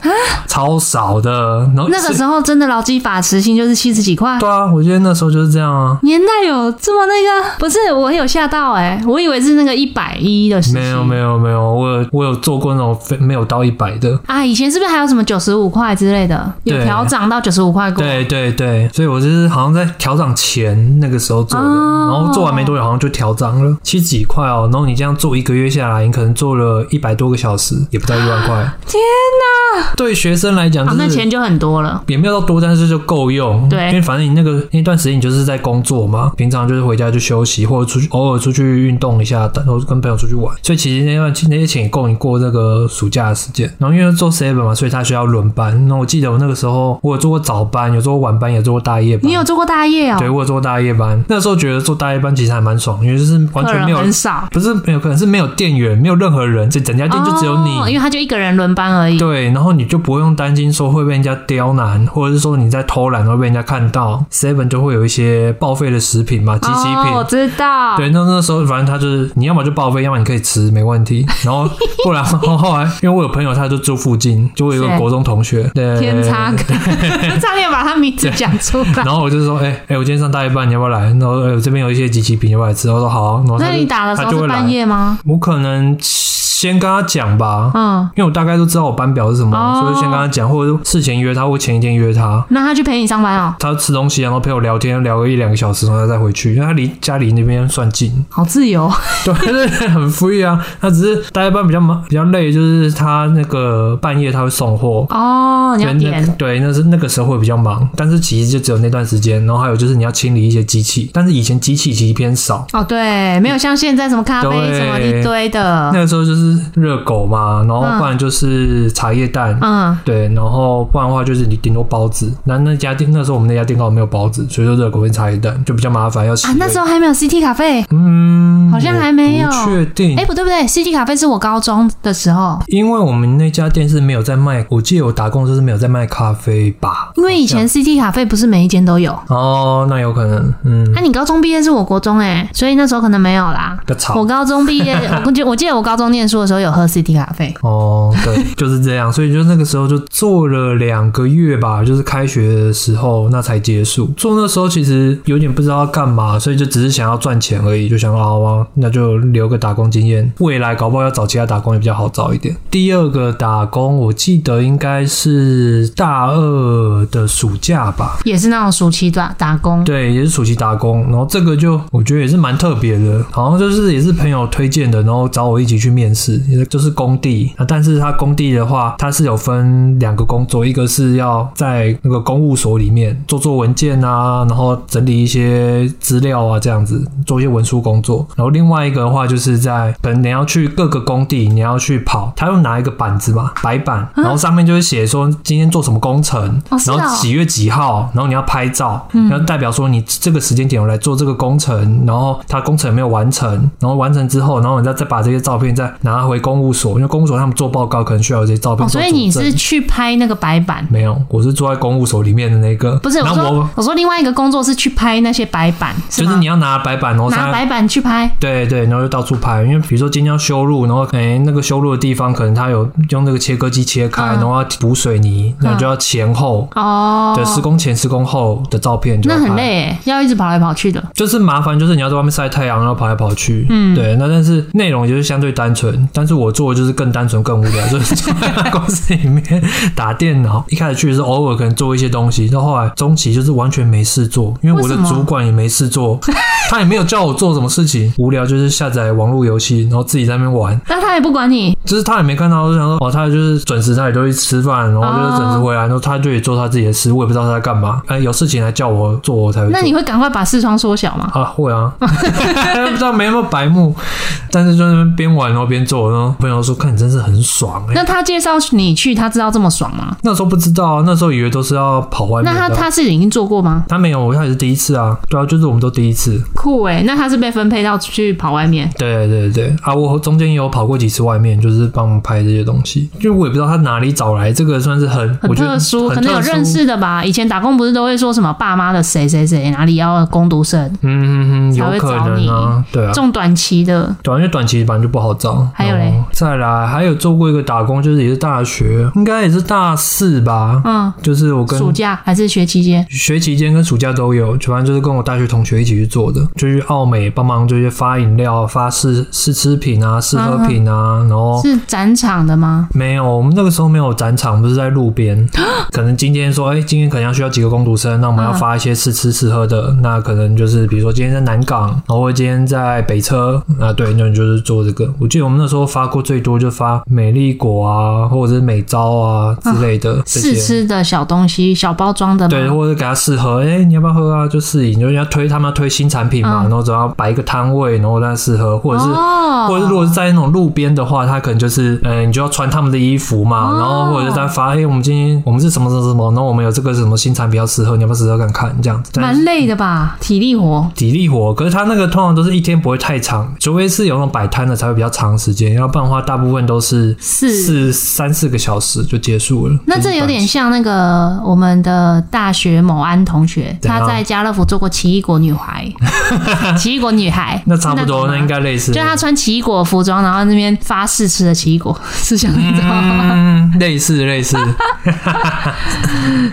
Speaker 1: 超少的。然后
Speaker 2: 啊那个
Speaker 1: 是
Speaker 2: 时候真的劳基法时薪就是七十几块，
Speaker 1: 对啊，我觉得那时候就是这样啊。
Speaker 2: 年代有这么那个？不是，我有吓到哎、我以为是那个一百一的时薪。
Speaker 1: 没有没有没有，我有我有做过那种非没有到一百的，
Speaker 2: 啊，以前是不是还有什么九十五块之类的？有
Speaker 1: 对
Speaker 2: 调涨到九十五块过？
Speaker 1: 对对对，所以我就是好像在调涨前那个时候做的，
Speaker 2: 哦
Speaker 1: 然后做完没多久好像就调涨了七十几块哦，然后你这样做一个月下来，你可能做了一百多个小时，也不到一万块。
Speaker 2: 天
Speaker 1: 哪！对学生来讲
Speaker 2: 啊，那
Speaker 1: 就是。
Speaker 2: 钱就很多了。
Speaker 1: 也没有到多，但是就够用。
Speaker 2: 对
Speaker 1: 因为反正你那个那段时间你就是在工作嘛，平常就是回家就休息，或者出去偶尔出去运动一下，然后跟朋友出去玩。所以其实那段那些钱也够你过这个暑假的时间。然后因为做 seven 嘛，所以他需要轮班。那我记得我那个时候我有做过早班，有做过晚班，也做过大夜班。
Speaker 2: 你有做过大夜哦、
Speaker 1: 嗯对，我有做过大夜班。那时候觉得做大夜班其实还蛮爽，因为就是完
Speaker 2: 客
Speaker 1: 全
Speaker 2: 人
Speaker 1: 没有
Speaker 2: 很，少，
Speaker 1: 不是没有，可能是没有店员，没有任何人，这整家店就只有你。
Speaker 2: 哦因为他就一个人轮班而已。
Speaker 1: 对，然后你就不用担心说会被人家刁难，或者是说你在偷懒会被人家看到。Seven 就会有一些报废的食品嘛，集齐品。
Speaker 2: 哦，我知道。
Speaker 1: 对，那那时候反正他就是，你要么就报废，要么你可以吃，没问题。然后不然后后来，因为我有朋友他就住附近，就我有一个
Speaker 2: 是
Speaker 1: 国中同学，对
Speaker 2: 天差， <laughs> 差点把他名字讲出来。
Speaker 1: 然后我就说，哎、哎、我今天上大夜班，你要不要来？然后、哎我这边有一些集齐品，要不要来吃？我说好啊。然后他
Speaker 2: 那
Speaker 1: 就
Speaker 2: 你打的时
Speaker 1: 他
Speaker 2: 候
Speaker 1: 就会
Speaker 2: 是
Speaker 1: 来
Speaker 2: 半。夜吗？
Speaker 1: 我可能先跟他讲吧，
Speaker 2: 嗯，
Speaker 1: 因为我大概都知道我班表是什么，
Speaker 2: 哦
Speaker 1: 所以先跟他讲，或者是事前约他，或前一天约他。
Speaker 2: 那他去陪你上班哦，，
Speaker 1: 他吃东西，然后陪我聊天，聊个一两个小时，然后他再回去，因为他离家离那边算近
Speaker 2: 好自由。
Speaker 1: 对，就是很 free 啊。他只是大夜班比较忙，比较累，就是他那个半夜他会送货，
Speaker 2: 哦，你要
Speaker 1: 对那
Speaker 2: 点
Speaker 1: 对，那是那个时候会比较忙，但是其实就只有那段时间。然后还有就是你要清理一些机器，但是以前机器其实偏少，
Speaker 2: 哦，对，没有像现在什么咖啡
Speaker 1: 对
Speaker 2: 什么一堆的，
Speaker 1: 那个时候就是热狗嘛，然后不然就是茶叶蛋，
Speaker 2: 嗯，
Speaker 1: 对，然后不然的话就是你顶多包子。那那家店那时候我们那家店刚好没有包子，所以就热狗跟茶叶蛋就比较麻烦，要洗
Speaker 2: 啊
Speaker 1: 胃。，
Speaker 2: 那时候还没有 CT 咖啡，
Speaker 1: 嗯，
Speaker 2: 好像还没有
Speaker 1: 我不确定。
Speaker 2: 哎，不对不对，CT 咖啡是我高中的时候，
Speaker 1: 因为我们那家店是没有在卖，我记得我打工的时候是没有在卖咖啡吧？
Speaker 2: 因为以前 CT 咖啡不是每一间都有。
Speaker 1: 哦，那有可能，嗯，
Speaker 2: 啊，你高中毕业是我国中哎，所以那时候可能没有啦。
Speaker 1: 比较吵
Speaker 2: 我。高中毕业，我估计我记得我高中念书的时候有喝 CT 咖啡，
Speaker 1: 哦，对，就是这样，所以就那个时候就做了两个月吧，就是开学的时候那才结束。做那时候其实有点不知道要干嘛，所以就只是想要赚钱而已，就想说好啊，那就留个打工经验，未来搞不好要找其他打工也比较好找一点。第二个打工，我记得应该是大二的暑假吧，
Speaker 2: 也是那种暑期打打工。
Speaker 1: 对，也是暑期打工，然后这个就我觉得也是蛮特别的，好像就是也是朋友推荐的，然后找我一起去面试，也就是工地啊。但是他工地的话，它是有分两个工作，一个是啊要在那个公务所里面做做文件啊，然后整理一些资料啊，这样子做一些文书工作。然后另外一个的话，就是在可能你要去各个工地，你要去跑，他又拿一个板子嘛，白板，然后上面就会写说今天做什么工程，
Speaker 2: 哦是
Speaker 1: 然后
Speaker 2: 哦
Speaker 1: 几月几号，然后你要拍照，
Speaker 2: 嗯
Speaker 1: 然后代表说你这个时间点有来做这个工程，然后它工程没有完成，然后完成之后，然后你再再把这些照片再拿回公务所，因为公务所他们做报告可能需要有这些照片
Speaker 2: 哦，
Speaker 1: 做佐
Speaker 2: 所
Speaker 1: 证、
Speaker 2: 以你是去拍那个白板，
Speaker 1: 没有，我是坐在公务所里面的那个，
Speaker 2: 不是？
Speaker 1: 然
Speaker 2: 我
Speaker 1: 后
Speaker 2: 说
Speaker 1: 我
Speaker 2: 我说另外一个工作是去拍那些白板，是
Speaker 1: 就是
Speaker 2: 吗？
Speaker 1: 你要拿白板，然后
Speaker 2: 拿
Speaker 1: 上。
Speaker 2: 白板去拍，
Speaker 1: 对对，然后就到处拍，因为比如说今天要修路，然后哎那个修路的地方可能它有用那个切割机切开，
Speaker 2: 嗯
Speaker 1: 然后要补水泥，那你就要前后，
Speaker 2: 哦
Speaker 1: 对，，施工前施工后的照片就要
Speaker 2: 那很
Speaker 1: 拍
Speaker 2: 累耶，要一直跑来跑去的。
Speaker 1: 就是麻烦，就是你要在外面晒太阳，然后跑来跑去。嗯，对。那但是内容也就是相对单纯，但是我做的就是更单纯、更无聊，就是坐在办公室里面打电脑。一开始去的时候，偶尔可能做一些东西，到后来中期就是完全没事做，因为我的
Speaker 2: 为什么
Speaker 1: 主管也没事做，他也没有叫我做什么事情，无聊就是下载网络游戏，然后自己在那边玩，
Speaker 2: 但他也不管你，
Speaker 1: 就是他也没看到，我就想说哦，他就是准时，他也都去吃饭，然后就是准时回来，然后他就也做他自己的事，我也不知道他在干嘛，哎，有事情来叫我做，我才会做。
Speaker 2: 那你会赶快把视窗缩小吗？
Speaker 1: 啊，会啊， <laughs> 不知道没那么白目，但是就是边玩然后边做，然后朋友说看你真是很爽哎、
Speaker 2: 那他介绍你去，他知道这么爽吗？
Speaker 1: 那时候不知道啊，那时候以为都是要跑外面
Speaker 2: 那
Speaker 1: 的啊。
Speaker 2: 他他是已经做过吗？
Speaker 1: 他没有，他也是第一次啊，对啊，就是我们都第一次，
Speaker 2: 酷诶、那他是被分配到去跑外面，
Speaker 1: 对对对啊，我中间也有跑过几次外面，就是帮忙拍这些东西，就我也不知道他哪里找来，这个算是很
Speaker 2: 很
Speaker 1: 我觉得
Speaker 2: 特殊，
Speaker 1: 很
Speaker 2: 可能有
Speaker 1: 特殊
Speaker 2: 认，识的吧。以前打工不是都会说什么爸妈的谁谁谁哪里要攻读生，
Speaker 1: 嗯嗯嗯，
Speaker 2: 才
Speaker 1: 有
Speaker 2: 会
Speaker 1: 可
Speaker 2: 找
Speaker 1: 能啊，对啊
Speaker 2: 这。种短期的，
Speaker 1: 对啊，因为短期版就不好找。
Speaker 2: 还有嘞
Speaker 1: 然后再来还有做过一个打工，就是也是大学，应该也是大四吧，
Speaker 2: 嗯，
Speaker 1: 就是我跟
Speaker 2: 暑假还是学期间，
Speaker 1: 学期间跟暑假都有，反正就是跟我大学同学一起去做的，就去澳美帮忙这些发饮料、啊发试试吃品啊、试喝品啊，然后。
Speaker 2: 嗯是展场的吗？
Speaker 1: 没有，我们那个时候没有展场，不是在路
Speaker 2: <gasps>
Speaker 1: 边。可能今天说，哎、今天可能要需要几个工读生，那我们要
Speaker 2: 嗯
Speaker 1: 发一些试吃试喝的。那可能就是比如说今天在南港，然后今天在北车啊，对，那就是做这个。我记得我们那时候发过最多就发美丽果啊，或者是美招啊之类的、这些。
Speaker 2: 试吃的小东西，小包装的吗？
Speaker 1: 对，或者给他试喝，哎、你要不要喝啊？就试饮，就人家推他们要推新产品嘛，
Speaker 2: 嗯
Speaker 1: 然后只要摆一个摊位，然后让他试喝，或者是。
Speaker 2: 哦，
Speaker 1: 或者是如果是在那种路边的话，他可能就是，嗯、你就要穿他们的衣服嘛，
Speaker 2: 哦
Speaker 1: 然后或者是在发，哎、我们今天我们是什么什么什么，然后我们有这个什么新产品要试喝，你要不要试喝看看这样子。但是
Speaker 2: 蛮累的吧，体力活。
Speaker 1: 体力活，可是他那个通常都是一天不会太长，除非是有那种摆摊的才会比较长时间，要不然的话大部分都是
Speaker 2: 是
Speaker 1: 四三四个小时就结束了。
Speaker 2: 那
Speaker 1: 就
Speaker 2: 这
Speaker 1: 是
Speaker 2: 有
Speaker 1: 半
Speaker 2: 点像那个我们的大学某安同学，
Speaker 1: 怎样
Speaker 2: 他在家乐福做过奇异果
Speaker 1: <laughs>
Speaker 2: 女孩，奇异果女孩，
Speaker 1: 那差不
Speaker 2: 是
Speaker 1: 多，
Speaker 2: 种吗
Speaker 1: 那应该类似。
Speaker 2: 就他穿奇异果服装，然后那边发试吃的奇异果， <laughs> 是想你知道吗？
Speaker 1: 嗯，类似类似。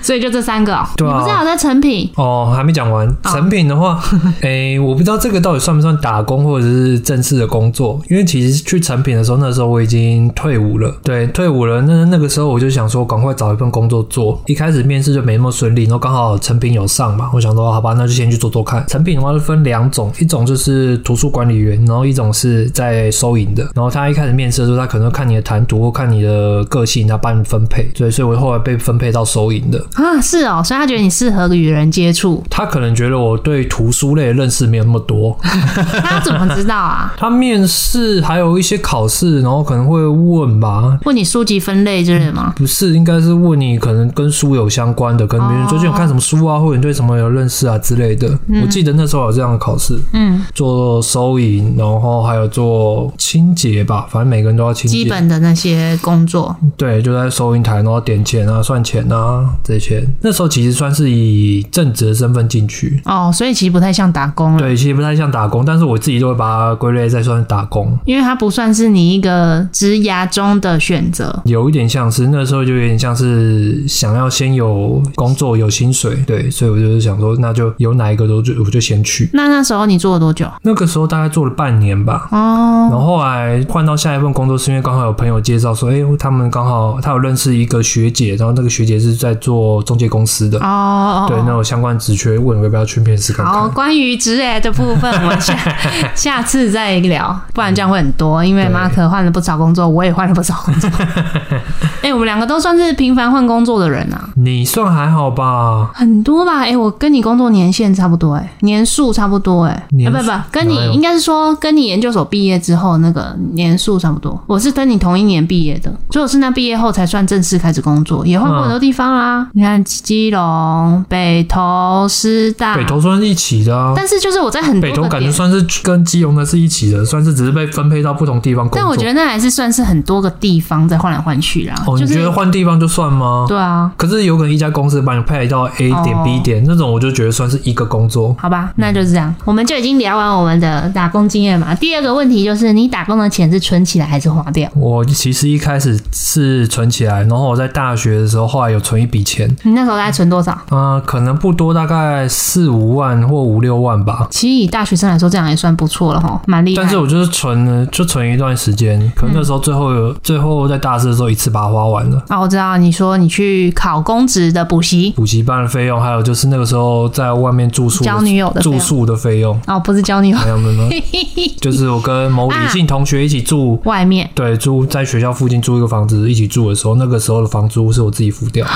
Speaker 2: 所以就这三个、哦，
Speaker 1: 嗯对啊
Speaker 2: 你不是还有在成品？
Speaker 1: 哦，还没讲完。成品的话，诶、我不知道这个到底算不算打工或者是正式的工作，因为其实去成品的时候，那时候我已经退伍了。对，退伍了。那那个时候我就想说，赶快找一份工作做。一开始面试就没那么顺利，然后刚好成品有上嘛，我想说，好吧，那就先去做做看。成品的话是分两种，一种就是图书管理员，然后一种是在收银的。然后他一开始面试的时候，他可能看你的谈吐或看你的个性，他帮你分配。所以，所以我后来被分配到收银的。，
Speaker 2: 啊，是哦，所以他觉得你适合与人接触
Speaker 1: 他可能觉得我对图书类的认识没有那么多。
Speaker 2: 他怎么知道啊？ <laughs>
Speaker 1: 他面试还有一些考试，然后可能会问吧，
Speaker 2: 问你书籍分类之类的吗？
Speaker 1: 不是，应该是问你可能跟书有相关的，可能比如
Speaker 2: 哦
Speaker 1: 最近有看什么书啊，或者你对什么有认识啊之类的。我记得那时候有这样的考试，
Speaker 2: 嗯，
Speaker 1: 做收银，然后还有做清洁吧，反正每个人都要清洁。
Speaker 2: 基本的那些工作，
Speaker 1: 对，就在收银台，然后点钱啊、算钱啊这些。那时候其实算是以正职的身份进去，
Speaker 2: 哦，所以其实不太像打工了，
Speaker 1: 对，其实不太像打工，但是我自己都会把它归类在算是打工，
Speaker 2: 因为它不算是你一个职涯中的选择。
Speaker 1: 有一点像是那时候就有点像是想要先有工作有薪水，对，所以我就是想说，那就有哪一个都就我就先去。
Speaker 2: 那那时候你做了多久？
Speaker 1: 那个时候大概做了半年吧。
Speaker 2: 哦，
Speaker 1: 然后后来换到下一份工作，是因为刚好有朋友介绍说，哎、他们刚好他有认识一个学姐，然后那个学姐是在做中介公司的，
Speaker 2: 哦哦，哦哦
Speaker 1: 对，那有相关职缺，问我要不要去面试看
Speaker 2: 好，
Speaker 1: 看。
Speaker 2: 关于职业的部分，我
Speaker 1: <laughs>
Speaker 2: 们下下次再聊，不然这样会很多。因为
Speaker 1: 对
Speaker 2: 马可换了不少工作，我也换了不少
Speaker 1: <laughs>
Speaker 2: 工作。哎、我们两个都算是频繁换工作的人啊，
Speaker 1: 你算还好吧？
Speaker 2: 很多吧？哎、我跟你工作年限差不多、哎，年数差不多、哎，
Speaker 1: 年
Speaker 2: 哎，
Speaker 1: 数
Speaker 2: 不不，跟
Speaker 1: 哪有
Speaker 2: 你应该是说跟你研究所毕业之后那个年数差不多。我是跟你同一年毕业的，所以我是那毕业后才算正式开始工作，也换过很多地方啦。你看基隆、北投、师大，
Speaker 1: 北投算是一起的啊。
Speaker 2: 啊但是就是我在很多
Speaker 1: 北投
Speaker 2: 个
Speaker 1: 感觉
Speaker 2: 点，
Speaker 1: 算是跟基隆的是一起的，算是只是被分配到不同地方工作。
Speaker 2: 但我觉得那还是算是很多个地方在换来换去啦，
Speaker 1: 哦，
Speaker 2: 就
Speaker 1: 你觉
Speaker 2: 是
Speaker 1: 得换地方就算吗？
Speaker 2: 对啊，
Speaker 1: 可是有可能一家公司把你派到 A 点
Speaker 2: 哦
Speaker 1: B 点那种，我就觉得算是一个工作。
Speaker 2: 好吧，那就是这样，我们就已经聊完我们的打工经验嘛。第二个问题就是，你打工的钱是存起来还是花掉？
Speaker 1: 我其实一开始是存起来，然后我在大学的时候，后来有存一笔钱，
Speaker 2: 你那时候大概存多少？
Speaker 1: 嗯、可能不多，大概四五万或五六万吧。
Speaker 2: 其实以大学生来说，这样也算不错了哈，蛮厉害。
Speaker 1: 但是我就是存了，就存一段时间，可能那时候最后有、
Speaker 2: 嗯
Speaker 1: 最后在大四的时候一次把它花完了。
Speaker 2: 啊，我知道你说你去考公职的补习，
Speaker 1: 补习班的费用，还有就是那个时候在外面住宿的
Speaker 2: 交女友的费
Speaker 1: 住
Speaker 2: 用
Speaker 1: 宿住的费用。
Speaker 2: 哦，不是教你哦
Speaker 1: 没有没有，没有
Speaker 2: <laughs>
Speaker 1: 就是我跟某理性同学一起住，
Speaker 2: 外面
Speaker 1: 对，住在学校附近租一个房子一起住的时候，那个时候的房租是我自己付
Speaker 2: <gasps>
Speaker 1: 掉。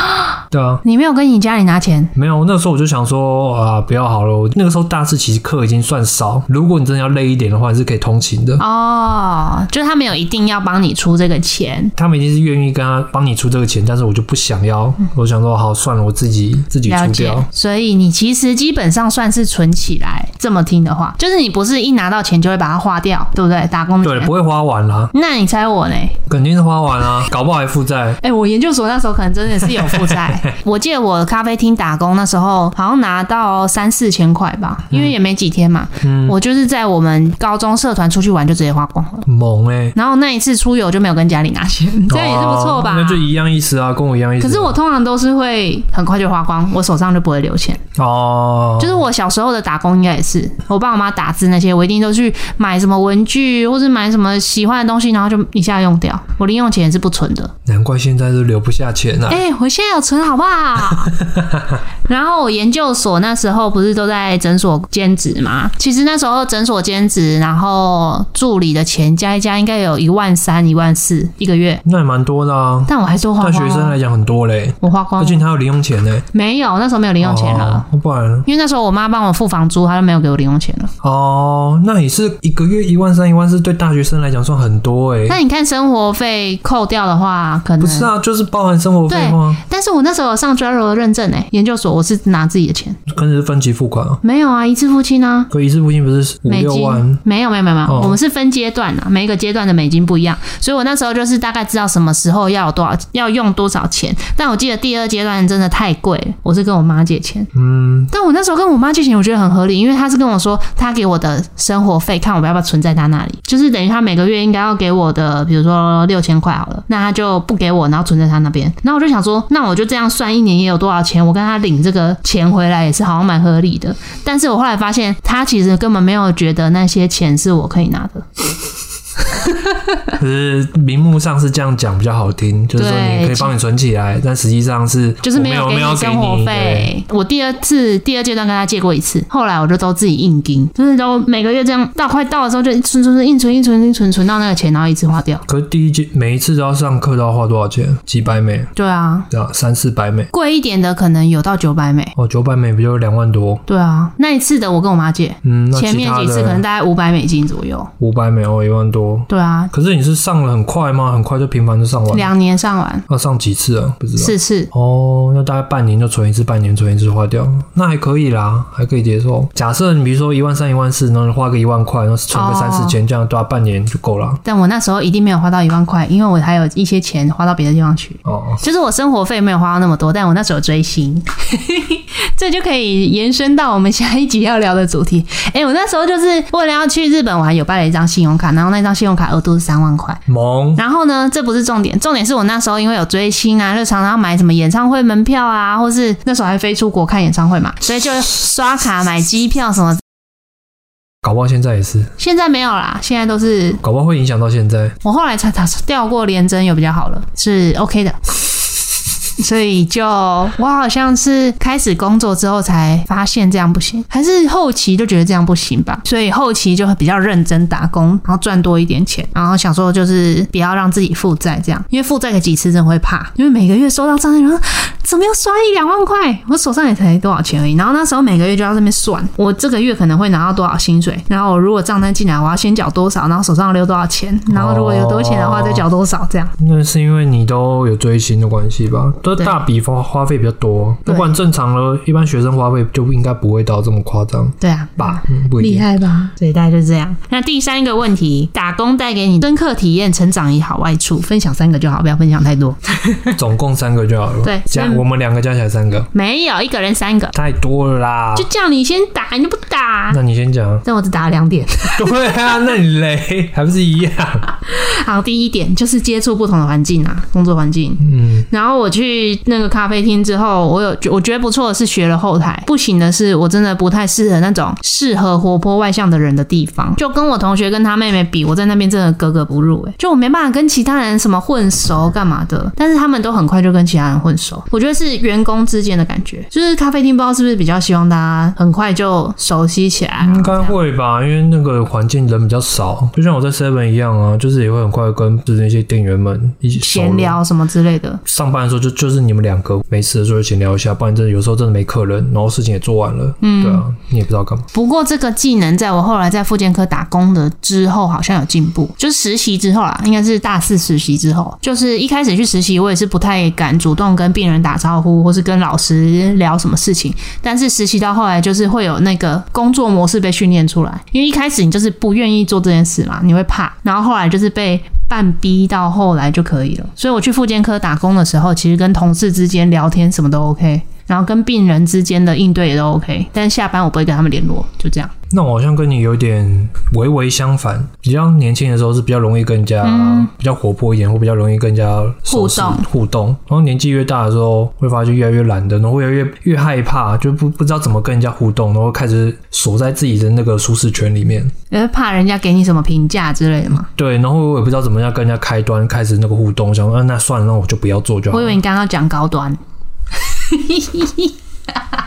Speaker 1: 对啊，
Speaker 2: 你没有跟你家里拿钱，
Speaker 1: 没有，那时候我就想说啊，不要好了。我那个时候大四其实课已经算少，如果你真的要累一点的话，你是可以通勤的。
Speaker 2: 哦，就是他们有一定要帮你出这个钱，
Speaker 1: 他们一定是愿意跟他帮你出这个钱，但是我就不想要，我想说好算了，我自己自己
Speaker 2: 嗯了
Speaker 1: 出
Speaker 2: 解
Speaker 1: 掉。。
Speaker 2: 所以你其实基本上算是存起来，这么听的话，就是你不是一拿到钱就会把它花掉，对不对？打工的
Speaker 1: 对，
Speaker 2: 钱。
Speaker 1: 不会花完啦，
Speaker 2: 那你猜我呢？
Speaker 1: 肯定是花完啦，搞不好还负债。
Speaker 2: 哎、我研究所那时候可能真的是有负债。 <laughs> 我记得我咖啡厅打工那时候，好像拿到三四千块吧，因为也没几天嘛。我就是在我们高中社团出去玩就直接花光了。
Speaker 1: 猛哎、
Speaker 2: 然后那一次出游就没有跟家里拿钱，这样也是不错吧？
Speaker 1: 哦那就一样意思啊，跟我一样意思。
Speaker 2: 可是我通常都是会很快就花光，我手上就不会留钱。
Speaker 1: 哦，
Speaker 2: 就是我小时候的打工应该也是，我爸我妈打字那些，我一定都去买什么文具或者买什么喜欢的东西，然后就一下用掉。我零用钱也是不存的。
Speaker 1: 难怪现在都留不下钱啊。
Speaker 2: 哎、我现在有存好不好？ <laughs> 然后我研究所那时候不是都在诊所兼职嘛？其实那时候诊所兼职，然后助理的钱加一加，应该有一万三、一万四一个月，
Speaker 1: 那也蛮多的啊，
Speaker 2: 但我还是花
Speaker 1: 大
Speaker 2: 光
Speaker 1: 学生
Speaker 2: 了。
Speaker 1: 来讲很多嘞，
Speaker 2: 我花光
Speaker 1: 而
Speaker 2: 了
Speaker 1: 且你还有零用钱呢、
Speaker 2: 没有，那时候没有零用钱了。
Speaker 1: 哦，不然
Speaker 2: 因为那时候我妈帮我付房租，她就没有给我零用钱了。
Speaker 1: 哦，那也是一个月一万三、一万四，对大学生来讲算很多哎、
Speaker 2: 那你嗯看生活费扣掉的话，可能
Speaker 1: 不是啊，就是包含生活费吗？
Speaker 2: 但是我那时候有上 Jaro 的认证诶、研究所我是拿自己的钱，
Speaker 1: 跟着是分期付款啊，
Speaker 2: 没有啊，一次付清啊。
Speaker 1: 可一次付清不是五
Speaker 2: 美
Speaker 1: 六
Speaker 2: 金
Speaker 1: 万？
Speaker 2: 没有没有没有没有，
Speaker 1: 哦
Speaker 2: 我们是分阶段啊的，每一个阶段的美金不一样，所以我那时候就是大概知道什么时候要有多少，要用多少钱。但我记得第二阶段真的太贵了，我是跟我妈借钱。
Speaker 1: 嗯，
Speaker 2: 但我那时候跟我妈借钱，我觉得很合理，因为她是跟我说她给我的生活费，看我要不要存在她那里，就是等于她每个月应该要给我的，比如说六千块好了，那她就不给我，然后存在她那边。然后我就想说，那我就这样算一年也有多少钱，我跟她领这个钱回来也是好像蛮合理的。但是我后来发现，她其实根本没有觉得那些钱是我可以拿的，
Speaker 1: 可是名目上是这样讲比较好听，就是说
Speaker 2: 对
Speaker 1: 你可以帮你存起来，但实际上是
Speaker 2: 就是
Speaker 1: 我
Speaker 2: 没
Speaker 1: 没有
Speaker 2: 给
Speaker 1: 没有
Speaker 2: 你
Speaker 1: 给
Speaker 2: 生活
Speaker 1: 你。对
Speaker 2: 费。我第二次第二阶段跟他借过一次，后来我就都自己硬盯，就是都每个月这样到快到的时候就存存存硬存硬存硬存存到那个钱，然后一次花掉。
Speaker 1: 可是第一季每一次都要上课都要花多少钱？几百美，
Speaker 2: 对啊，
Speaker 1: 对啊，三四百美。
Speaker 2: 贵一点的可能有到九百美。
Speaker 1: 哦，九百美不就两万多？
Speaker 2: 对啊，那一次的我跟我妈借，
Speaker 1: 嗯，那
Speaker 2: 前
Speaker 1: 其
Speaker 2: 面
Speaker 1: 他
Speaker 2: 几次可能
Speaker 1: 的
Speaker 2: 大概五百美金左右。
Speaker 1: 五百美哦，一万多。
Speaker 2: 对啊，
Speaker 1: 可是你是上了很快吗？很快就频繁就上完？
Speaker 2: 两年上完
Speaker 1: 要上几次啊？不知道。
Speaker 2: 四次。
Speaker 1: 哦，那大概半年就存一次，半年存一次花掉，那还可以啦，还可以接受。假设你比如说一万三、一万四，然后你花个一万块，然后存个
Speaker 2: 哦
Speaker 1: 三四千，这样对啊，半年就够了。
Speaker 2: 但我那时候一定没有花到一万块，因为我还有一些钱花到别的地方去。
Speaker 1: 哦，
Speaker 2: 就是我生活费没有花到那么多，但我那时候有追星， <laughs> 这就可以延伸到我们下一集要聊的主题。哎、我那时候就是为了要去日本玩，有办了一张信用卡，然后那张信用卡额度是三万块。
Speaker 1: 萌
Speaker 2: 然后呢，这不是重点，重点是我那时候因为有追星啊，就常常要买什么演唱会门票啊，或是那时候还飞出国看演唱会嘛，所以就刷卡买机票什么。
Speaker 1: 搞不好现在也是，
Speaker 2: 现在没有啦，现在都是
Speaker 1: 搞不好会影响到现在。
Speaker 2: 我后来才查调过连针有比较好了，是 OK 的。所以就我好像是开始工作之后才发现这样不行，还是后期就觉得这样不行吧。所以后期就比较认真打工，然后赚多一点钱，然后想说就是不要让自己负债这样，因为负债个几次真的会怕，因为每个月收到账单，然后啊怎么又刷一两万块？我手上也才多少钱而已。然后那时候每个月就要这边算，我这个月可能会拿到多少薪水，然后我如果账单进来，我要先缴多少，然后手上留多少钱，然后如果有多钱的话
Speaker 1: 哦
Speaker 2: 再缴多少这样。
Speaker 1: 那是因为你都有追星的关系吧？都
Speaker 2: 对
Speaker 1: 大笔花花费比较多，
Speaker 2: 对
Speaker 1: 不管正常了，一般学生花费就不应该不会到这么夸张
Speaker 2: 对啊，
Speaker 1: 吧？嗯，不一定。
Speaker 2: 害吧？所以大概就是这样。那第三个问题，打工带给你深刻体验、成长与好外处，分享三个就好，不要分享太多。
Speaker 1: 总共三个就好了。
Speaker 2: 对
Speaker 1: 加
Speaker 2: 嗯
Speaker 1: 我们两个加起来三个，
Speaker 2: 没有一个人三个，
Speaker 1: 太多了啦
Speaker 2: 就。啊叫你先打，你就不打。。
Speaker 1: 那你先讲
Speaker 2: <laughs> 但我只打了两点。
Speaker 1: 对啊，那你雷还不是一样？
Speaker 2: 好，第一点就是接触不同的环境啊，工作环境。
Speaker 1: 嗯，
Speaker 2: 然后我去那个咖啡厅之后，我有觉我觉得不错的是学了后台，不行的是我真的不太适合那种适合活泼外向的人的地方。就跟我同学跟他妹妹比，我在那边真的格格不入、欸，就我没办法跟其他人什么混熟干嘛的。但是他们都很快就跟其他人混熟，我觉觉得是员工之间的感觉，就是咖啡厅不知道是不是比较希望大家很快就熟悉起来啊、
Speaker 1: 应该会吧，因为那个环境人比较少，就像我在 Seven 一样啊，就是也会很快跟就是那些店员们一起熟
Speaker 2: 闲
Speaker 1: 络。
Speaker 2: 聊什么之类的。
Speaker 1: 上班的时候就就是你们两个没事的时候就闲聊一下，不然真的有时候真的没客人，然后事情也做完了，嗯，对啊，你也不知道干嘛。
Speaker 2: 不过这个技能在我后来在复健科打工的之后，好像有进步，就是实习之后啦，应该是大四实习之后，就是一开始去实习，我也是不太敢主动跟病人打招呼，或是跟老师聊什么事情。但是实习到后来，就是会有那个工作模式被训练出来，因为一开始你就是不愿意做这件事嘛，你会怕，然后后来就是被半逼到后来就可以了。所以我去复健科打工的时候，其实跟同事之间聊天什么都 OK。然后跟病人之间的应对也都 OK，但是下班我不会跟他们联络，就这样。
Speaker 1: 那我好像跟你有点微微相反，比较年轻的时候是比较容易跟人家、比较活泼一点，或比较容易跟人家熟识
Speaker 2: 嗯互动
Speaker 1: 互动。然后年纪越大的时候，会发现越来越懒的，然后会越来越越害怕，就不不知道怎么跟人家互动，然后开始锁在自己的那个舒适圈里面。
Speaker 2: 因为呃怕人家给你什么评价之类的嘛。
Speaker 1: 对，然后我也不知道怎么样跟人家开端开始那个互动，想说、啊、那算了，那我就不要做就好
Speaker 2: 我以
Speaker 1: 了。
Speaker 2: 为你刚刚要讲高端。 <laughs>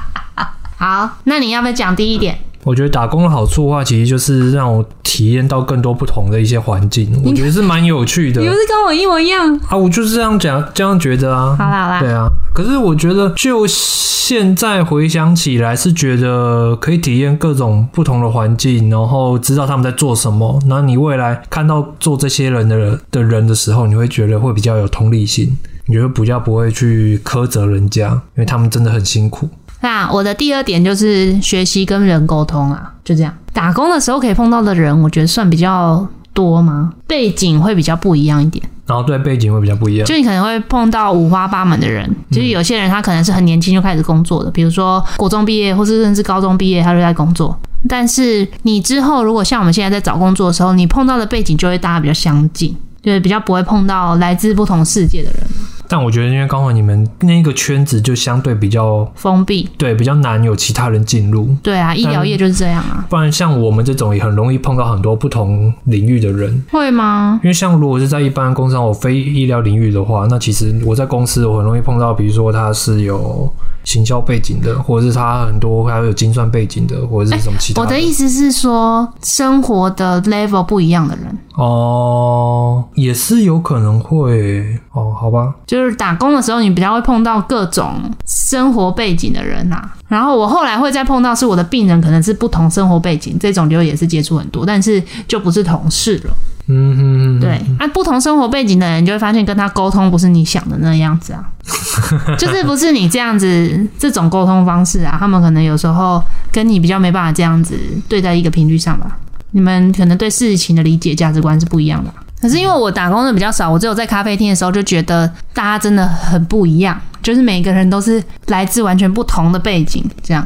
Speaker 2: 好，那你要不要讲第一点？
Speaker 1: 我觉得打工的好处的话，其实就是让我体验到更多不同的一些环境，我觉得是蛮有趣的
Speaker 2: 你。不是跟我一模一样？
Speaker 1: 啊，我就是这样讲，这样觉得啊。
Speaker 2: 好啦好啦，
Speaker 1: 对啊，可是我觉得就现在回想起来，是觉得可以体验各种不同的环境，然后知道他们在做什么。那你未来看到做这些人的人的人的时候，你会觉得会比较有同理心，你觉得比较不会去苛责人家，因为他们真的很辛苦。
Speaker 2: 那我的第二点就是学习跟人沟通啊，就这样。打工的时候可以碰到的人，我觉得算比较多吗？背景会比较不一样一点。
Speaker 1: 然后对背景会比较不一样，
Speaker 2: 就你可能会碰到五花八门的人，就是有些人他可能是很年轻就开始工作的，比如说国中毕业，或是甚至高中毕业，他就在工作。但是你之后如果像我们现在在找工作的时候，你碰到的背景就会大家比较相近，就是比较不会碰到来自不同世界的人，
Speaker 1: 但我觉得因为刚好你们那个圈子就相对比较
Speaker 2: 封闭。
Speaker 1: 对比较难有其他人进入，
Speaker 2: 对啊，医疗业就是这样啊，
Speaker 1: 不然像我们这种也很容易碰到很多不同领域的人。
Speaker 2: 会吗？
Speaker 1: 因为像如果是在一般工商我非医疗领域的话，那其实我在公司我很容易碰到，比如说他是有行销背景的，或者是他很多还有精算背景的，或者是什么其他
Speaker 2: 哦我的意思是说，生活的 level 不一样的人，
Speaker 1: 哦、也是有可能会哦，好吧，
Speaker 2: 就是打工的时候，你比较会碰到各种生活背景的人啊。然后我后来会再碰到是我的病人，可能是不同生活背景，这种就也是接触很多，但是就不是同事了。
Speaker 1: 嗯哼哼，
Speaker 2: 对，啊，不同生活背景的人，你就会发现跟他沟通不是你想的那样子啊， <laughs> 就是不是你这样子这种沟通方式啊，他们可能有时候跟你比较没办法这样子对待一个频率上吧，你们可能对事情的理解价值观是不一样的啊。可是因为我打工的比较少，我只有在咖啡厅的时候就觉得大家真的很不一样，就是每个人都是来自完全不同的背景，这样。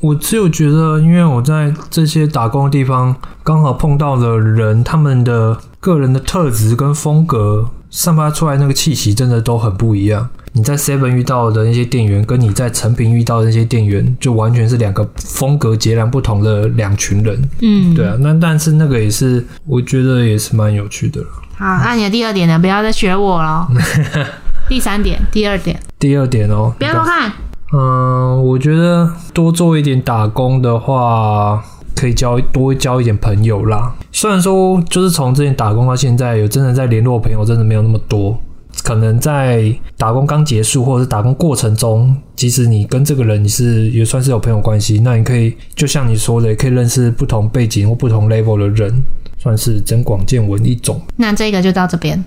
Speaker 1: 我只有觉得，因为我在这些打工的地方刚好碰到的人，他们的个人的特质跟风格散发出来那个气息，真的都很不一样。你在 Seven 遇到的那些店员，跟你在成品遇到的那些店员，就完全是两个风格截然不同的两群人。
Speaker 2: 嗯，
Speaker 1: 对啊，那但是那个也是，我觉得也是蛮有趣的了。
Speaker 2: 好，那你的第二点呢？不要再学
Speaker 1: <laughs>
Speaker 2: 我了。第三点，第二点，
Speaker 1: 第二点哦，
Speaker 2: 不要偷看。
Speaker 1: 嗯，我觉得多做一点打工的话，可以交多交一点朋友啦。虽然说就是从之前打工到现在，有真的在联络的朋友真的没有那么多。可能在打工刚结束，或者是打工过程中，即使你跟这个人你是也算是有朋友关系，那你可以就像你说的，也可以认识不同背景或不同 level 的人，算是增广见闻一种。
Speaker 2: 那这个就到这 <laughs> 边，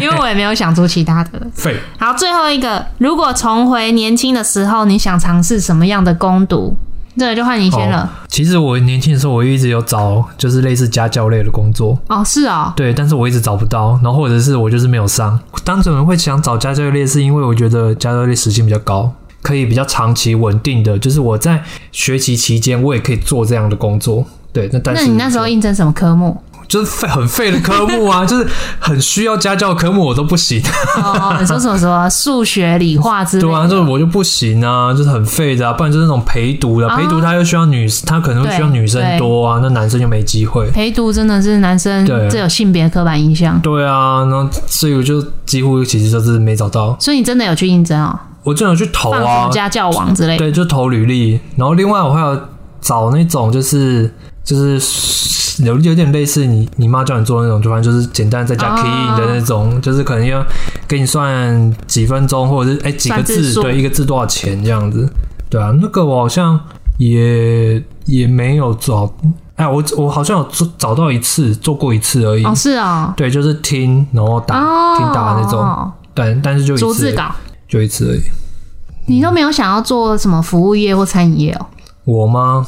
Speaker 2: 因为我也没有想出其他的了。
Speaker 1: 废，
Speaker 2: 好，最后一个，如果重回年轻的时候，你想尝试什么样的攻读？这个就换你先了。
Speaker 1: 其实我年轻的时候，我一直有找就是类似家教类的工作，
Speaker 2: 哦是哦，
Speaker 1: 对，但是我一直找不到，然后或者是我就是没有上。单纯会想找家教类，是因为我觉得家教类时薪比较高，可以比较长期稳定的，就是我在学习期间我也可以做这样的工作。对，那但
Speaker 2: 那
Speaker 1: 是
Speaker 2: 你那时候应征什么科目？
Speaker 1: 就是废很废的科目
Speaker 2: <laughs>
Speaker 1: 啊，就是很需要家教科目我都不行，
Speaker 2: 哦， <laughs> 你说什么什么数学、理化之类
Speaker 1: 对啊，
Speaker 2: 的，
Speaker 1: 这我就不行啊，就是很废的啊，不然就是那种陪读的，
Speaker 2: 哦
Speaker 1: 陪读他又需要女，他可能会需要
Speaker 2: 对
Speaker 1: 女生多啊，那男生就没机会。
Speaker 2: 陪读真的是男生
Speaker 1: 对
Speaker 2: 这有性别刻板印象，
Speaker 1: 对啊，然后所以我就几乎其实就是没找到，
Speaker 2: 所以你真的有去应征哦，
Speaker 1: 我正有去投
Speaker 2: 放
Speaker 1: 啊
Speaker 2: 暑，家教网之类的。
Speaker 1: 对，就投履历，然后另外我还有找那种就是就是有有点类似你你妈叫你做的那种，就反正就是简单在家
Speaker 2: 哦
Speaker 1: key in 的那种，就是可能要给你算几分钟，或者是哎、几个
Speaker 2: 算字
Speaker 1: 字，
Speaker 2: 数
Speaker 1: 对，一个字多少钱这样子，对啊，那个我好像也也没有找，哎，我我好像有做找到一次，做过一次而已。
Speaker 2: 哦，是哦，
Speaker 1: 对，就是听，然后打、
Speaker 2: 哦，
Speaker 1: 听打的那种，但但是就一
Speaker 2: 逐字
Speaker 1: 次，
Speaker 2: 稿，
Speaker 1: 就一次而已。
Speaker 2: 你都没有想要做什么服务业或餐饮业哦？
Speaker 1: 我吗？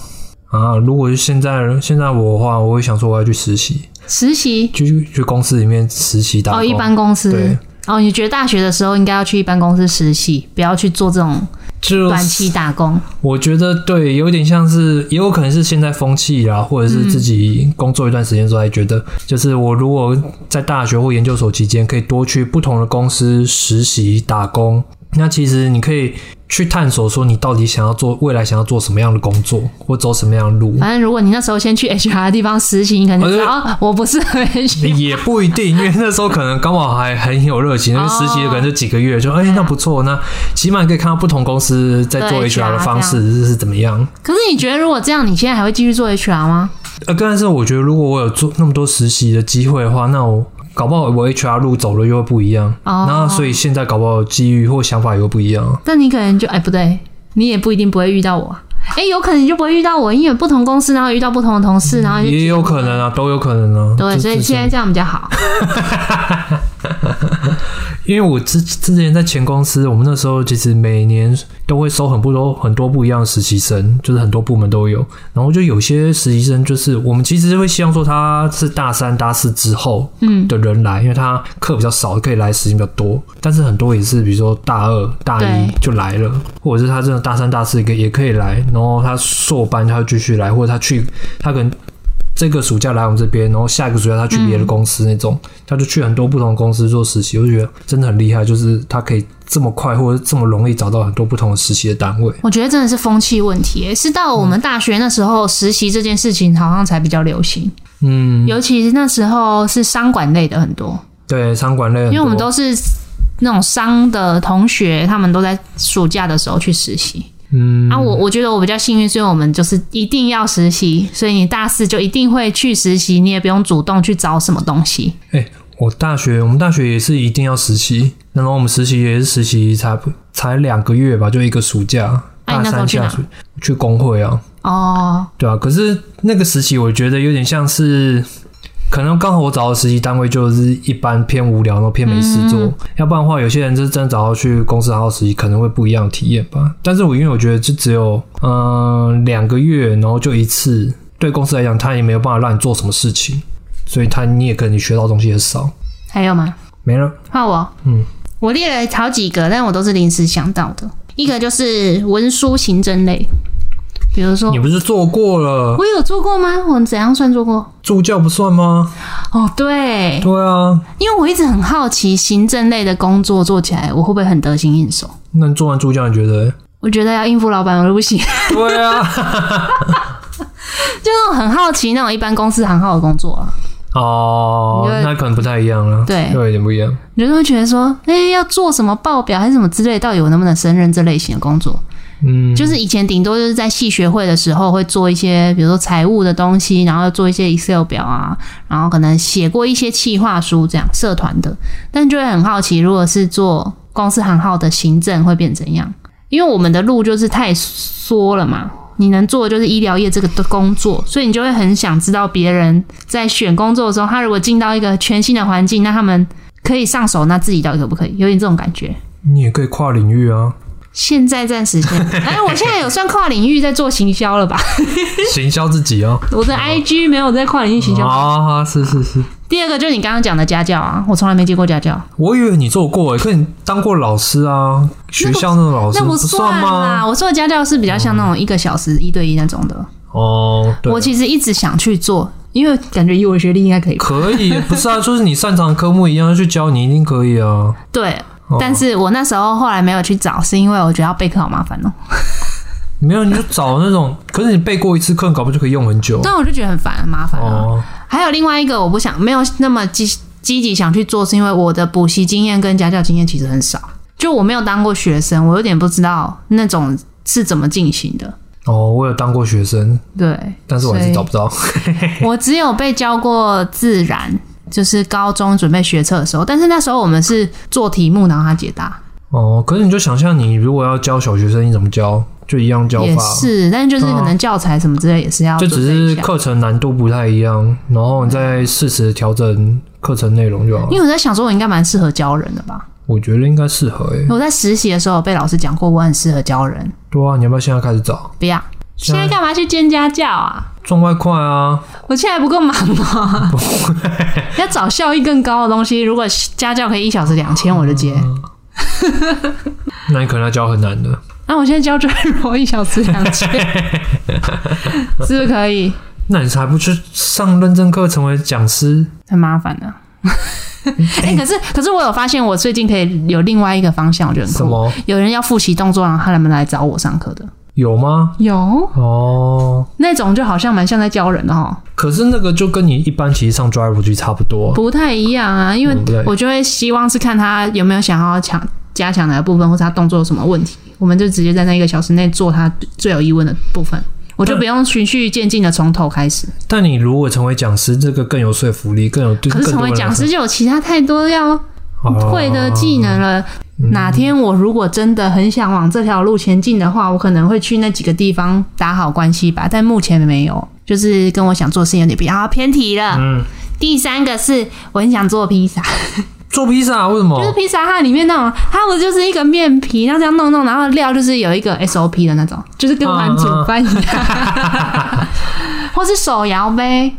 Speaker 1: 啊，如果是现在现在我的话，我会想说我要去实习，
Speaker 2: 实习
Speaker 1: 就去去公司里面实习打工。
Speaker 2: 哦，一般公
Speaker 1: 对
Speaker 2: 司哦，你觉得大学的时候应该要去一般公司实习，不要去做这种
Speaker 1: 就
Speaker 2: 短期打工。
Speaker 1: 我觉得对，有点像是，也有可能是现在风气啦，或者是自己工作一段时间之后，还觉得、就是我如果在大学或研究所期间，可以多去不同的公司实习打工，那其实你可以去探索说你到底想要做未来想要做什么样的工作，或走什么样的路。
Speaker 2: 反正如果你那时候先去 <laughs> HR 的地方实习，你可能就知道哦，我不是很 HR。
Speaker 1: 也不一定，因 <laughs> 为那时候可能刚好还很有热情，因为
Speaker 2: 哦嗯
Speaker 1: 实习可能就几个月，就哎、那不错，那起码你可以看到不同公司在做
Speaker 2: 对
Speaker 1: HR 的
Speaker 2: HR
Speaker 1: 方式是怎么样。
Speaker 2: 可是你觉得如果这样，你现在还会继续做 HR 吗？
Speaker 1: 呃，但是我觉得如果我有做那么多实习的机会的话，那我搞不好我 HR 路走了又会不一样。
Speaker 2: 哦
Speaker 1: 那所以现在搞不好机遇或想法也会不一样。
Speaker 2: 但你可能就哎不对，你也不一定不会遇到我啊。哎，有可能你就不会遇到我，因为不同公司，然后遇到不同的同事，然后就
Speaker 1: 也有可能啊，都有可能啊。
Speaker 2: 对，
Speaker 1: 这
Speaker 2: 所以
Speaker 1: 这
Speaker 2: 现在这样比较好。
Speaker 1: <laughs> 因为我之之前在前公司，我们那时候其实每年都会收很不多很多不一样的实习生，就是很多部门都有。然后就有些实习生，就是我们其实会希望说他是大三、大四之后
Speaker 2: 嗯，
Speaker 1: 的人来，因为他课比较少，可以来时间比较多。但是很多也是，比如说大二、大一
Speaker 2: 对
Speaker 1: 就来了，或者是他真的大三、大四也也可以来，然后他硕班他就继续来，或者他去他可能。这个暑假来我们这边，然后下个暑假他去别的公司那种，他就去很多不同的公司做实习，我就觉得真的很厉害，就是他可以这么快或者这么容易找到很多不同的实习的单位。
Speaker 2: 我觉得真的是风气问题耶，是到我们大学那时候，实习这件事情好像才比较流行，
Speaker 1: 嗯，
Speaker 2: 尤其是那时候是商管类的很多，
Speaker 1: 对，商管类很多，
Speaker 2: 因为我们都是那种商的同学，他们都在暑假的时候去实习。
Speaker 1: 嗯
Speaker 2: 啊，我我觉得我比较幸运，所以我们就是一定要实习，所以你大四就一定会去实习，你也不用主动去找什么东西。
Speaker 1: 哎、我大学，我们大学也是一定要实习，然后我们实习也是实习才不才两个月吧，就一个暑假，
Speaker 2: 啊
Speaker 1: 大
Speaker 2: 你那时候
Speaker 1: 三
Speaker 2: 去
Speaker 1: 下
Speaker 2: 哪
Speaker 1: 暑去工会啊，
Speaker 2: 哦，
Speaker 1: 对啊。可是那个实习，我觉得有点像是，可能刚好我找的实习单位就是一般偏无聊，然后偏没事做，要不然的话，有些人就是真的找到去公司好好实习，可能会不一样的体验吧。但是我因为我觉得就只有嗯两、个月，然后就一次，对公司来讲，他也没有办法让你做什么事情，所以他你也可能你学到的东西很少，
Speaker 2: 还有吗？
Speaker 1: 没了。
Speaker 2: 换我，
Speaker 1: 嗯，
Speaker 2: 哦我列了好几个，但我都是临时想到的。一个就是文书行政类，比如说
Speaker 1: 你不是做过了
Speaker 2: 我有做过吗？我怎样算做过？
Speaker 1: 助教不算吗？
Speaker 2: 哦，对，
Speaker 1: 对啊，
Speaker 2: 因为我一直很好奇，行政类的工作做起来，我会不会很得心应手？
Speaker 1: 那你做完助教你觉得？
Speaker 2: 我觉得要应付老板我都不行， <laughs>
Speaker 1: 对啊，
Speaker 2: 就是我很好奇那种一般公司行号的工作啊，
Speaker 1: 哦
Speaker 2: 你觉，得
Speaker 1: 那可能不太一样了，
Speaker 2: 对
Speaker 1: 又有点不一样。
Speaker 2: 你就会觉得说，哎、要做什么报表还是什么之类，到底我能不能胜任这类型的工作？
Speaker 1: 嗯，
Speaker 2: 就是以前顶多就是在系学会的时候会做一些，比如说财务的东西，然后做一些 Excel 表啊，然后可能写过一些企划书这样，社团的。但就会很好奇，如果是做公司行号的行政会变怎样？因为我们的路就是太缩了嘛，你能做的就是医疗业这个的工作，所以你就会很想知道别人在选工作的时候，他如果进到一个全新的环境，那他们可以上手，那自己到底可不可以？有点这种感觉。
Speaker 1: 你也可以跨领域
Speaker 2: <laughs>
Speaker 1: 啊，
Speaker 2: 现在暂
Speaker 1: <laughs>
Speaker 2: 时先，哎，我现在有算跨领域在做行销了吧？
Speaker 1: 行销自己啊。
Speaker 2: 我的 IG 没有在跨领域行销。
Speaker 1: 啊，是是是，
Speaker 2: 第二个就是你刚刚讲的家教啊，我从来没接过家教，啊
Speaker 1: 我以为你做过诶，可你当过老师啊，学校那种老师
Speaker 2: 那不
Speaker 1: 算
Speaker 2: 啦。
Speaker 1: 吗？
Speaker 2: 我说的家教是比较像那种一个小时一对一那种的，
Speaker 1: 哦，对
Speaker 2: 我，其实一直想去做。因为感觉以我的学历应该可以吧。
Speaker 1: 可以，不
Speaker 2: <laughs>
Speaker 1: 是啊，就是你擅长的科目一样去教你，一定可以啊。
Speaker 2: 对，
Speaker 1: 哦
Speaker 2: 但是我那时候后来没有去找，是因为我觉得要备课好麻烦哦、
Speaker 1: 没有你就找那种，可是你背过一次课，搞不好就可以用很久。
Speaker 2: 但我就觉得很烦，很麻烦啊。
Speaker 1: 哦，
Speaker 2: 还有另外一个，我不想没有那么积积极想去做，是因为我的补习经验跟家教经验其实很少，就我没有当过学生，我有点不知道那种是怎么进行的。
Speaker 1: 哦，我有当过学生，
Speaker 2: 对，
Speaker 1: 但是我还是找不到。
Speaker 2: 我只有被教过自然，就是高中准备学测的时候，但是那时候我们是做题目，然后他解答，
Speaker 1: 哦，可是你就想象你如果要教小学生，你怎么教？就一样教
Speaker 2: 也
Speaker 1: 法，
Speaker 2: 是，啊但是就是可能教材什么之类也是要
Speaker 1: 就只
Speaker 2: 准备
Speaker 1: 是
Speaker 2: 一下
Speaker 1: 课程难度不太一样，然后你再适时调整课程内容就好了。
Speaker 2: 因为我在想说，我应该蛮适合教人的吧？
Speaker 1: 我觉得应该适合诶、
Speaker 2: 我在实习的时候被老师讲过，我很适合教人。
Speaker 1: 对啊，你要不要现在开始找？
Speaker 2: 不要，现在干嘛去兼家教啊？
Speaker 1: 赚外快啊！
Speaker 2: 我现在不够忙吗？要找效益更高的东西。如果家教可以一小时两千，我就接。
Speaker 1: 那你可能要教很难的。
Speaker 2: 那、我现在教赘弱一小时两千，是不是可以？
Speaker 1: 那你还不去上认证课，成为讲师？
Speaker 2: 很麻烦的、啊。哎、可是可是我有发现，我最近可以有另外一个方向，我觉得很
Speaker 1: 什
Speaker 2: 酷。
Speaker 1: 么
Speaker 2: 有人要复习动作，然后他们来找我上课的，
Speaker 1: 有吗？
Speaker 2: 有
Speaker 1: 哦，
Speaker 2: 那种就好像蛮像在教人的哈，
Speaker 1: 可是那个就跟你一般其实上 Drive G 差不多。
Speaker 2: 不太一样啊。因为
Speaker 1: 嗯不太
Speaker 2: 我就会希望是看他有没有想要强加强哪个部分，或者他动作有什么问题，我们就直接在那一个小时内做他最有疑问的部分，我就不用循序渐进的从头开始。
Speaker 1: 但你如果成为讲师，这个更有说服力，更有对
Speaker 2: 可
Speaker 1: 更多
Speaker 2: 是成为
Speaker 1: 人
Speaker 2: 讲师就有其他太多要会的技能
Speaker 1: 哦
Speaker 2: 了。
Speaker 1: 嗯
Speaker 2: 哪天我如果真的很想往这条路前进的话，我可能会去那几个地方打好关系吧。但目前没有，就是跟我想做的事情有点不一样。啊偏题了。
Speaker 1: 嗯
Speaker 2: 第三个是我很想做披萨，
Speaker 1: 做披萨为什
Speaker 2: 就是
Speaker 1: 么？
Speaker 2: 披萨它里面那种，它不就是一个面皮，然后这样弄弄，然后料就是有一个 SOP 的那种，就是跟
Speaker 1: 嗯
Speaker 2: 玩煮
Speaker 1: 嗯
Speaker 2: 饭一样， <laughs> 或是手摇杯。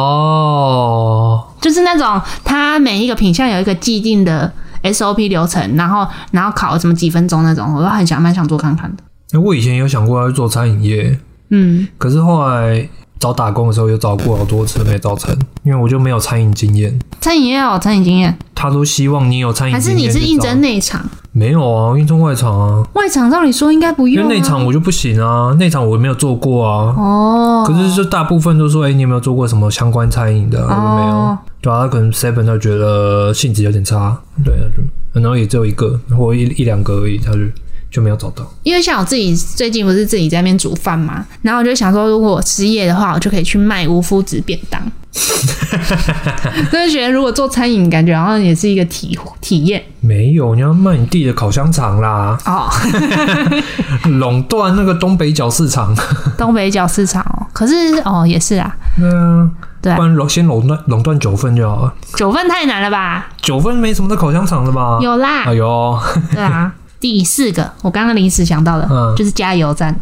Speaker 1: 哦，
Speaker 2: 就是那种它每一个品相有一个既定的 SOP 流程，然后然后烤什么几分钟那种，我都很想蛮想做看看的。
Speaker 1: 哎我以前有想过要去做餐饮业，
Speaker 2: 嗯，
Speaker 1: 可是后来找打工的时候有找过好多次没找成，因为我就没有餐饮经验。
Speaker 2: 餐饮也有餐饮经验，
Speaker 1: 他都希望你有餐饮
Speaker 2: 还是
Speaker 1: 经
Speaker 2: 你
Speaker 1: 验去找，
Speaker 2: 是应征内场？
Speaker 1: 没有啊，应征外场啊，
Speaker 2: 外场照理说应该不
Speaker 1: 因
Speaker 2: 用、
Speaker 1: 为
Speaker 2: 啊，
Speaker 1: 内场我就不行啊，内场我没有做过啊。
Speaker 2: 哦，
Speaker 1: 可是就大部分都说，哎、你有没有做过什么相关餐饮的、啊？我就没有
Speaker 2: 哦。
Speaker 1: 对啊，可能 Seven 他觉得性质有点差，对啊，就然后也只有一个或一一两个而已，他就就没有找到。
Speaker 2: 因为像我自己最近不是自己在那边煮饭嘛，然后我就想说，如果我失业的话，我就可以去卖无麸质便
Speaker 1: <laughs>
Speaker 2: 当。就是觉得如果做餐饮，感觉好像也是一个体体验
Speaker 1: 没有，你要卖你弟的烤香肠
Speaker 2: <laughs>
Speaker 1: 啦，
Speaker 2: 哦。
Speaker 1: 垄断那个东北角市场。
Speaker 2: 东北角市场哦，可是哦也是啊，
Speaker 1: 嗯，
Speaker 2: 对啊
Speaker 1: 不然垄先垄断垄断九份就好了，
Speaker 2: 九份太难了吧？
Speaker 1: 九份没什么的烤香肠的吧？
Speaker 2: 有啦
Speaker 1: 哎，呦，
Speaker 2: 对啊。第四个，我刚刚临时想到的，
Speaker 1: 嗯
Speaker 2: 就是加
Speaker 1: <laughs>
Speaker 2: 油站，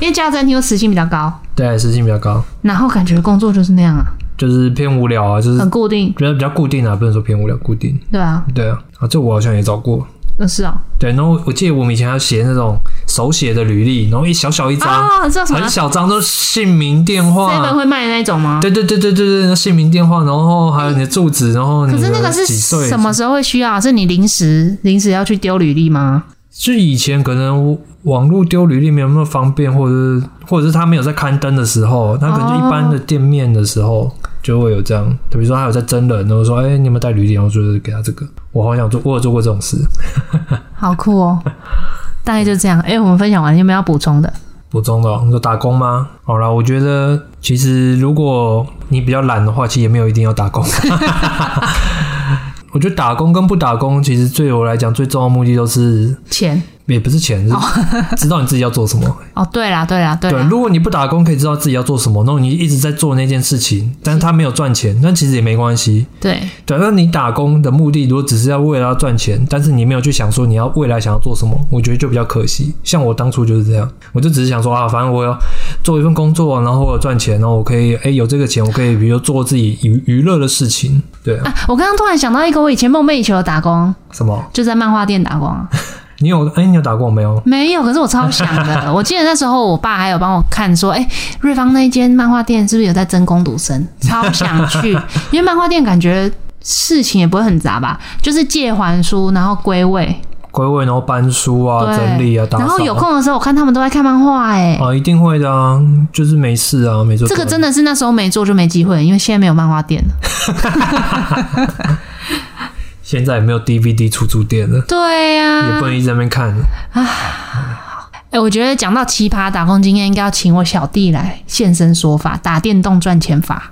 Speaker 2: 因为加油站听说时薪比较高，
Speaker 1: 对，时薪比较高，
Speaker 2: 然后感觉工作就是那样啊，
Speaker 1: 就是偏无聊啊，就是
Speaker 2: 很固定，
Speaker 1: 觉得比较固定啊，不能说偏无聊，固定。
Speaker 2: 对啊，
Speaker 1: 对啊，啊，这我好像也找过。
Speaker 2: 嗯是哦，
Speaker 1: 对，然后我记得我们以前要写那种手写的履历，然后一小小一张，
Speaker 2: 哦，知道什么
Speaker 1: 很啊小张，都是姓名、电
Speaker 2: seven
Speaker 1: 话。
Speaker 2: 会卖的那种吗？
Speaker 1: 对对对对对对，姓名、电话，然后还有你的住址，然后你
Speaker 2: 可是那
Speaker 1: 的
Speaker 2: 个是
Speaker 1: 嗯几岁
Speaker 2: 什么？时候会需要？是你临时临时要去丢履历吗？
Speaker 1: 就以前可能网络丢履历没有那么方便，或者是或者是他没有在刊登的时候，他可能就一般的店面的时候就会有这样。比如说他有在真人，然后说：“哎、你有没有带履历？”然后就是给他这个。我好想做，我有做过这种事。
Speaker 2: 好酷哦，大概就这样。哎、我们分享完有没有要补充的？
Speaker 1: 补充的哦，你说打工吗？好啦，我觉得其实如果你比较懒的话，其实也没有一定要打工。 <laughs> 我觉得打工跟不打工，其实对我来讲最重要的目的都是，
Speaker 2: 钱
Speaker 1: 也不是钱，是知道你自己要做什么。
Speaker 2: 哦，对啦，对啦，对
Speaker 1: 对，
Speaker 2: 啦，
Speaker 1: 如果你不打工，可以知道自己要做什么，然后你一直在做那件事情，但是他没有赚钱，那其实也没关系。
Speaker 2: 对
Speaker 1: 对，那你打工的目的，如果只是要为了要赚钱，但是你没有去想说你要未来想要做什么，我觉得就比较可惜。像我当初就是这样，我就只是想说啊，反正我要做一份工作，然后我有赚钱，然后我可以哎有这个钱，我可以比如说做自己娱娱乐的事情，对啊，
Speaker 2: 啊，我刚刚突然想到一个我以前梦寐以求的打工，
Speaker 1: 什么
Speaker 2: 就在漫画店打工啊。
Speaker 1: 你有哎、你有打过没有？
Speaker 2: 没有，可是我超想
Speaker 1: <laughs>
Speaker 2: 的。我记得那时候我爸还有帮我看说，哎、瑞芳那间漫画店是不是有在争攻读生？超
Speaker 1: <laughs>
Speaker 2: 想去，因为漫画店感觉事情也不会很杂吧，就是借还书，然后归位，
Speaker 1: 归位，然后搬书啊、
Speaker 2: 对
Speaker 1: 整理啊、打扫啊。
Speaker 2: 然后有空的时候我看他们都在看漫画、哎、
Speaker 1: 啊，一定会的啊，就是没事啊，没做
Speaker 2: 这个真
Speaker 1: 的
Speaker 2: 的是那时候没做就没机会，因为现在没有漫画店了。
Speaker 1: 现在也没有 DVD 出租店了，
Speaker 2: 对呀、
Speaker 1: 也不能一直在那边看。
Speaker 2: 哎、我觉得讲到奇葩打工经验，应该要请我小弟来现身说法，打电动赚钱法。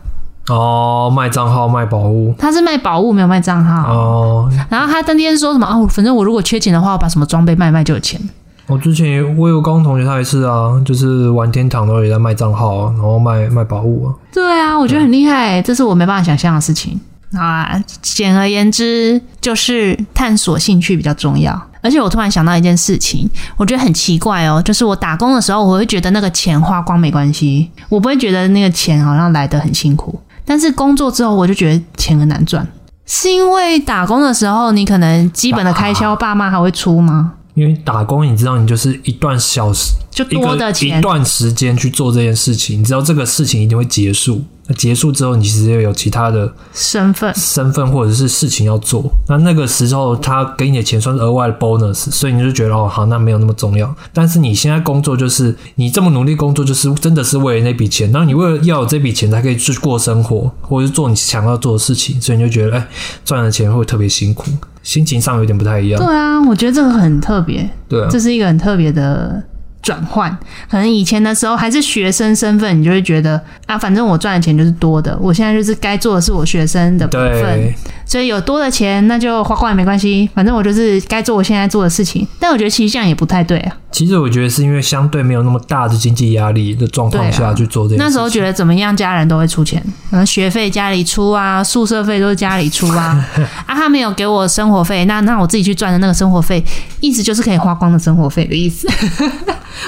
Speaker 1: 哦，卖账号、卖宝物。
Speaker 2: 他是卖宝物，没有卖账号。
Speaker 1: 哦，
Speaker 2: 然后他当天说什么？哦，反正我如果缺钱的话，我把什么装备卖卖就有钱。
Speaker 1: 我之前也我有高中同学他也是啊，就是玩天堂的时候也在卖账号啊，然后卖卖宝物啊。
Speaker 2: 对啊，我觉得很厉害，这是我没办法想象的事情。好啊，简而言之，就是探索兴趣比较重要。而且我突然想到一件事情，我觉得很奇怪哦，就是我打工的时候，我会觉得那个钱花光没关系，我不会觉得那个钱好像来得很辛苦。但是工作之后，我就觉得钱很难赚，是因为打工的时候，你可能基本的开销，爸妈还会出吗？
Speaker 1: 因为打工，你知道，你就是一段小时，
Speaker 2: 就
Speaker 1: 一
Speaker 2: 多
Speaker 1: 个
Speaker 2: 的
Speaker 1: 一
Speaker 2: 钱，
Speaker 1: 段时间去做这件事情，你知道这个事情一定会结束。那结束之后，你其实也有其他的
Speaker 2: 身份
Speaker 1: 身份或者是事情要做，那那个时候他给你的钱算是额外的 bonus，所以你就觉得哦好，那没有那么重要。但是你现在工作就是你这么努力工作，就是真的是为了那笔钱，然后你为了要有这笔钱才可以去过生活，或者是做你想要做的事情，所以你就觉得哎赚的钱会特别辛苦，心情上有点不太一样。
Speaker 2: 对啊，我觉得这个很特别，
Speaker 1: 对啊，
Speaker 2: 这是一个很特别的转换。可能以前的时候还是学生身份，你就会觉得啊，反正我赚的钱就是多的，我现在就是该做的是我学生的部分，
Speaker 1: 对，
Speaker 2: 所以有多的钱那就花光也没关系，反正我就是该做我现在做的事情。但我觉得其实这样也不太对啊。
Speaker 1: 其实我觉得是因为相对没有那么大的经济压力的状况
Speaker 2: 对啊
Speaker 1: 下去做这件事情。
Speaker 2: 那时候觉得怎么样，家人都会出钱，可能学费家里出啊，宿舍费都是家里出啊。啊，他没有给我生活费，那那我自己去赚的那个生活费，意思就是可以花光的生活费的意思。 <laughs>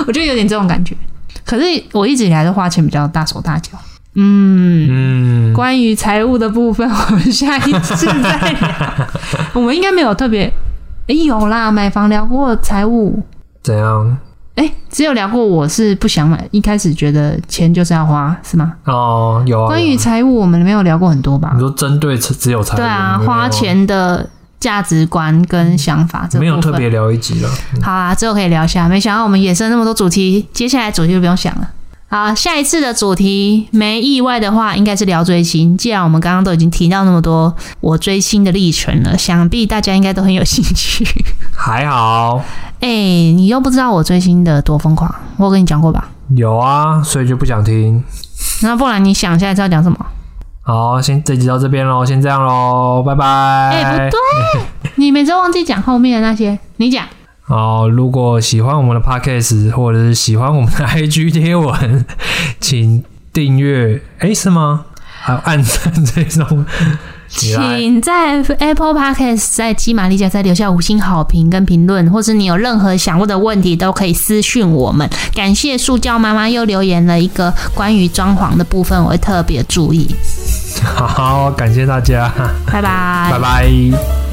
Speaker 2: 我觉得有点这种感觉。可是我一直以来都花钱比较大手大脚。嗯，
Speaker 1: 嗯，
Speaker 2: 关于财务的部分，我们下一次再聊。我们应该没有特别，诶，有啦，买房聊过财务，
Speaker 1: 怎样？
Speaker 2: 诶，只有聊过我是不想买，一开始觉得钱就是要花，是吗？
Speaker 1: 哦，有啊。
Speaker 2: 关
Speaker 1: 有啊
Speaker 2: 于财务，我们没有聊过很多吧
Speaker 1: 你？说针对只有财务
Speaker 2: 对啊，
Speaker 1: 没有
Speaker 2: 花钱的价值观跟想法这
Speaker 1: 没有
Speaker 2: 部
Speaker 1: 特
Speaker 2: 分。
Speaker 1: 别聊一集了。
Speaker 2: 好啊，之后可以聊一下。没想到我们衍生那么多主题，接下来主题就不用想了。好，下一次的主题没意外的话，应该是聊追星。既然我们刚刚都已经提到那么多我追星的历程了，想必大家应该都很有兴趣。 <laughs>
Speaker 1: 还好
Speaker 2: 哎、你又不知道我追星的多疯狂，我有跟你讲过吧？
Speaker 1: 有啊，所以就不想听。
Speaker 2: 那不然你想一下是要讲什么？
Speaker 1: 好，先这集到这边喽，先这样喽，拜拜。
Speaker 2: 哎、不对，你每次都忘记讲后面的那些，你讲。
Speaker 1: 好，如果喜欢我们的 podcast 或者是喜欢我们的 <laughs> IG 贴文，请订阅。哎、是吗？还有按赞追踪。你来
Speaker 2: 请在 Apple Podcast 在基玛丽家再留下五星好评跟评论，或是你有任何想问的问题，都可以私讯我们。感谢塑胶妈妈又留言了一个关于装潢的部分，我会特别注意。哎
Speaker 1: 好，感谢大家，
Speaker 2: 拜拜
Speaker 1: 拜拜。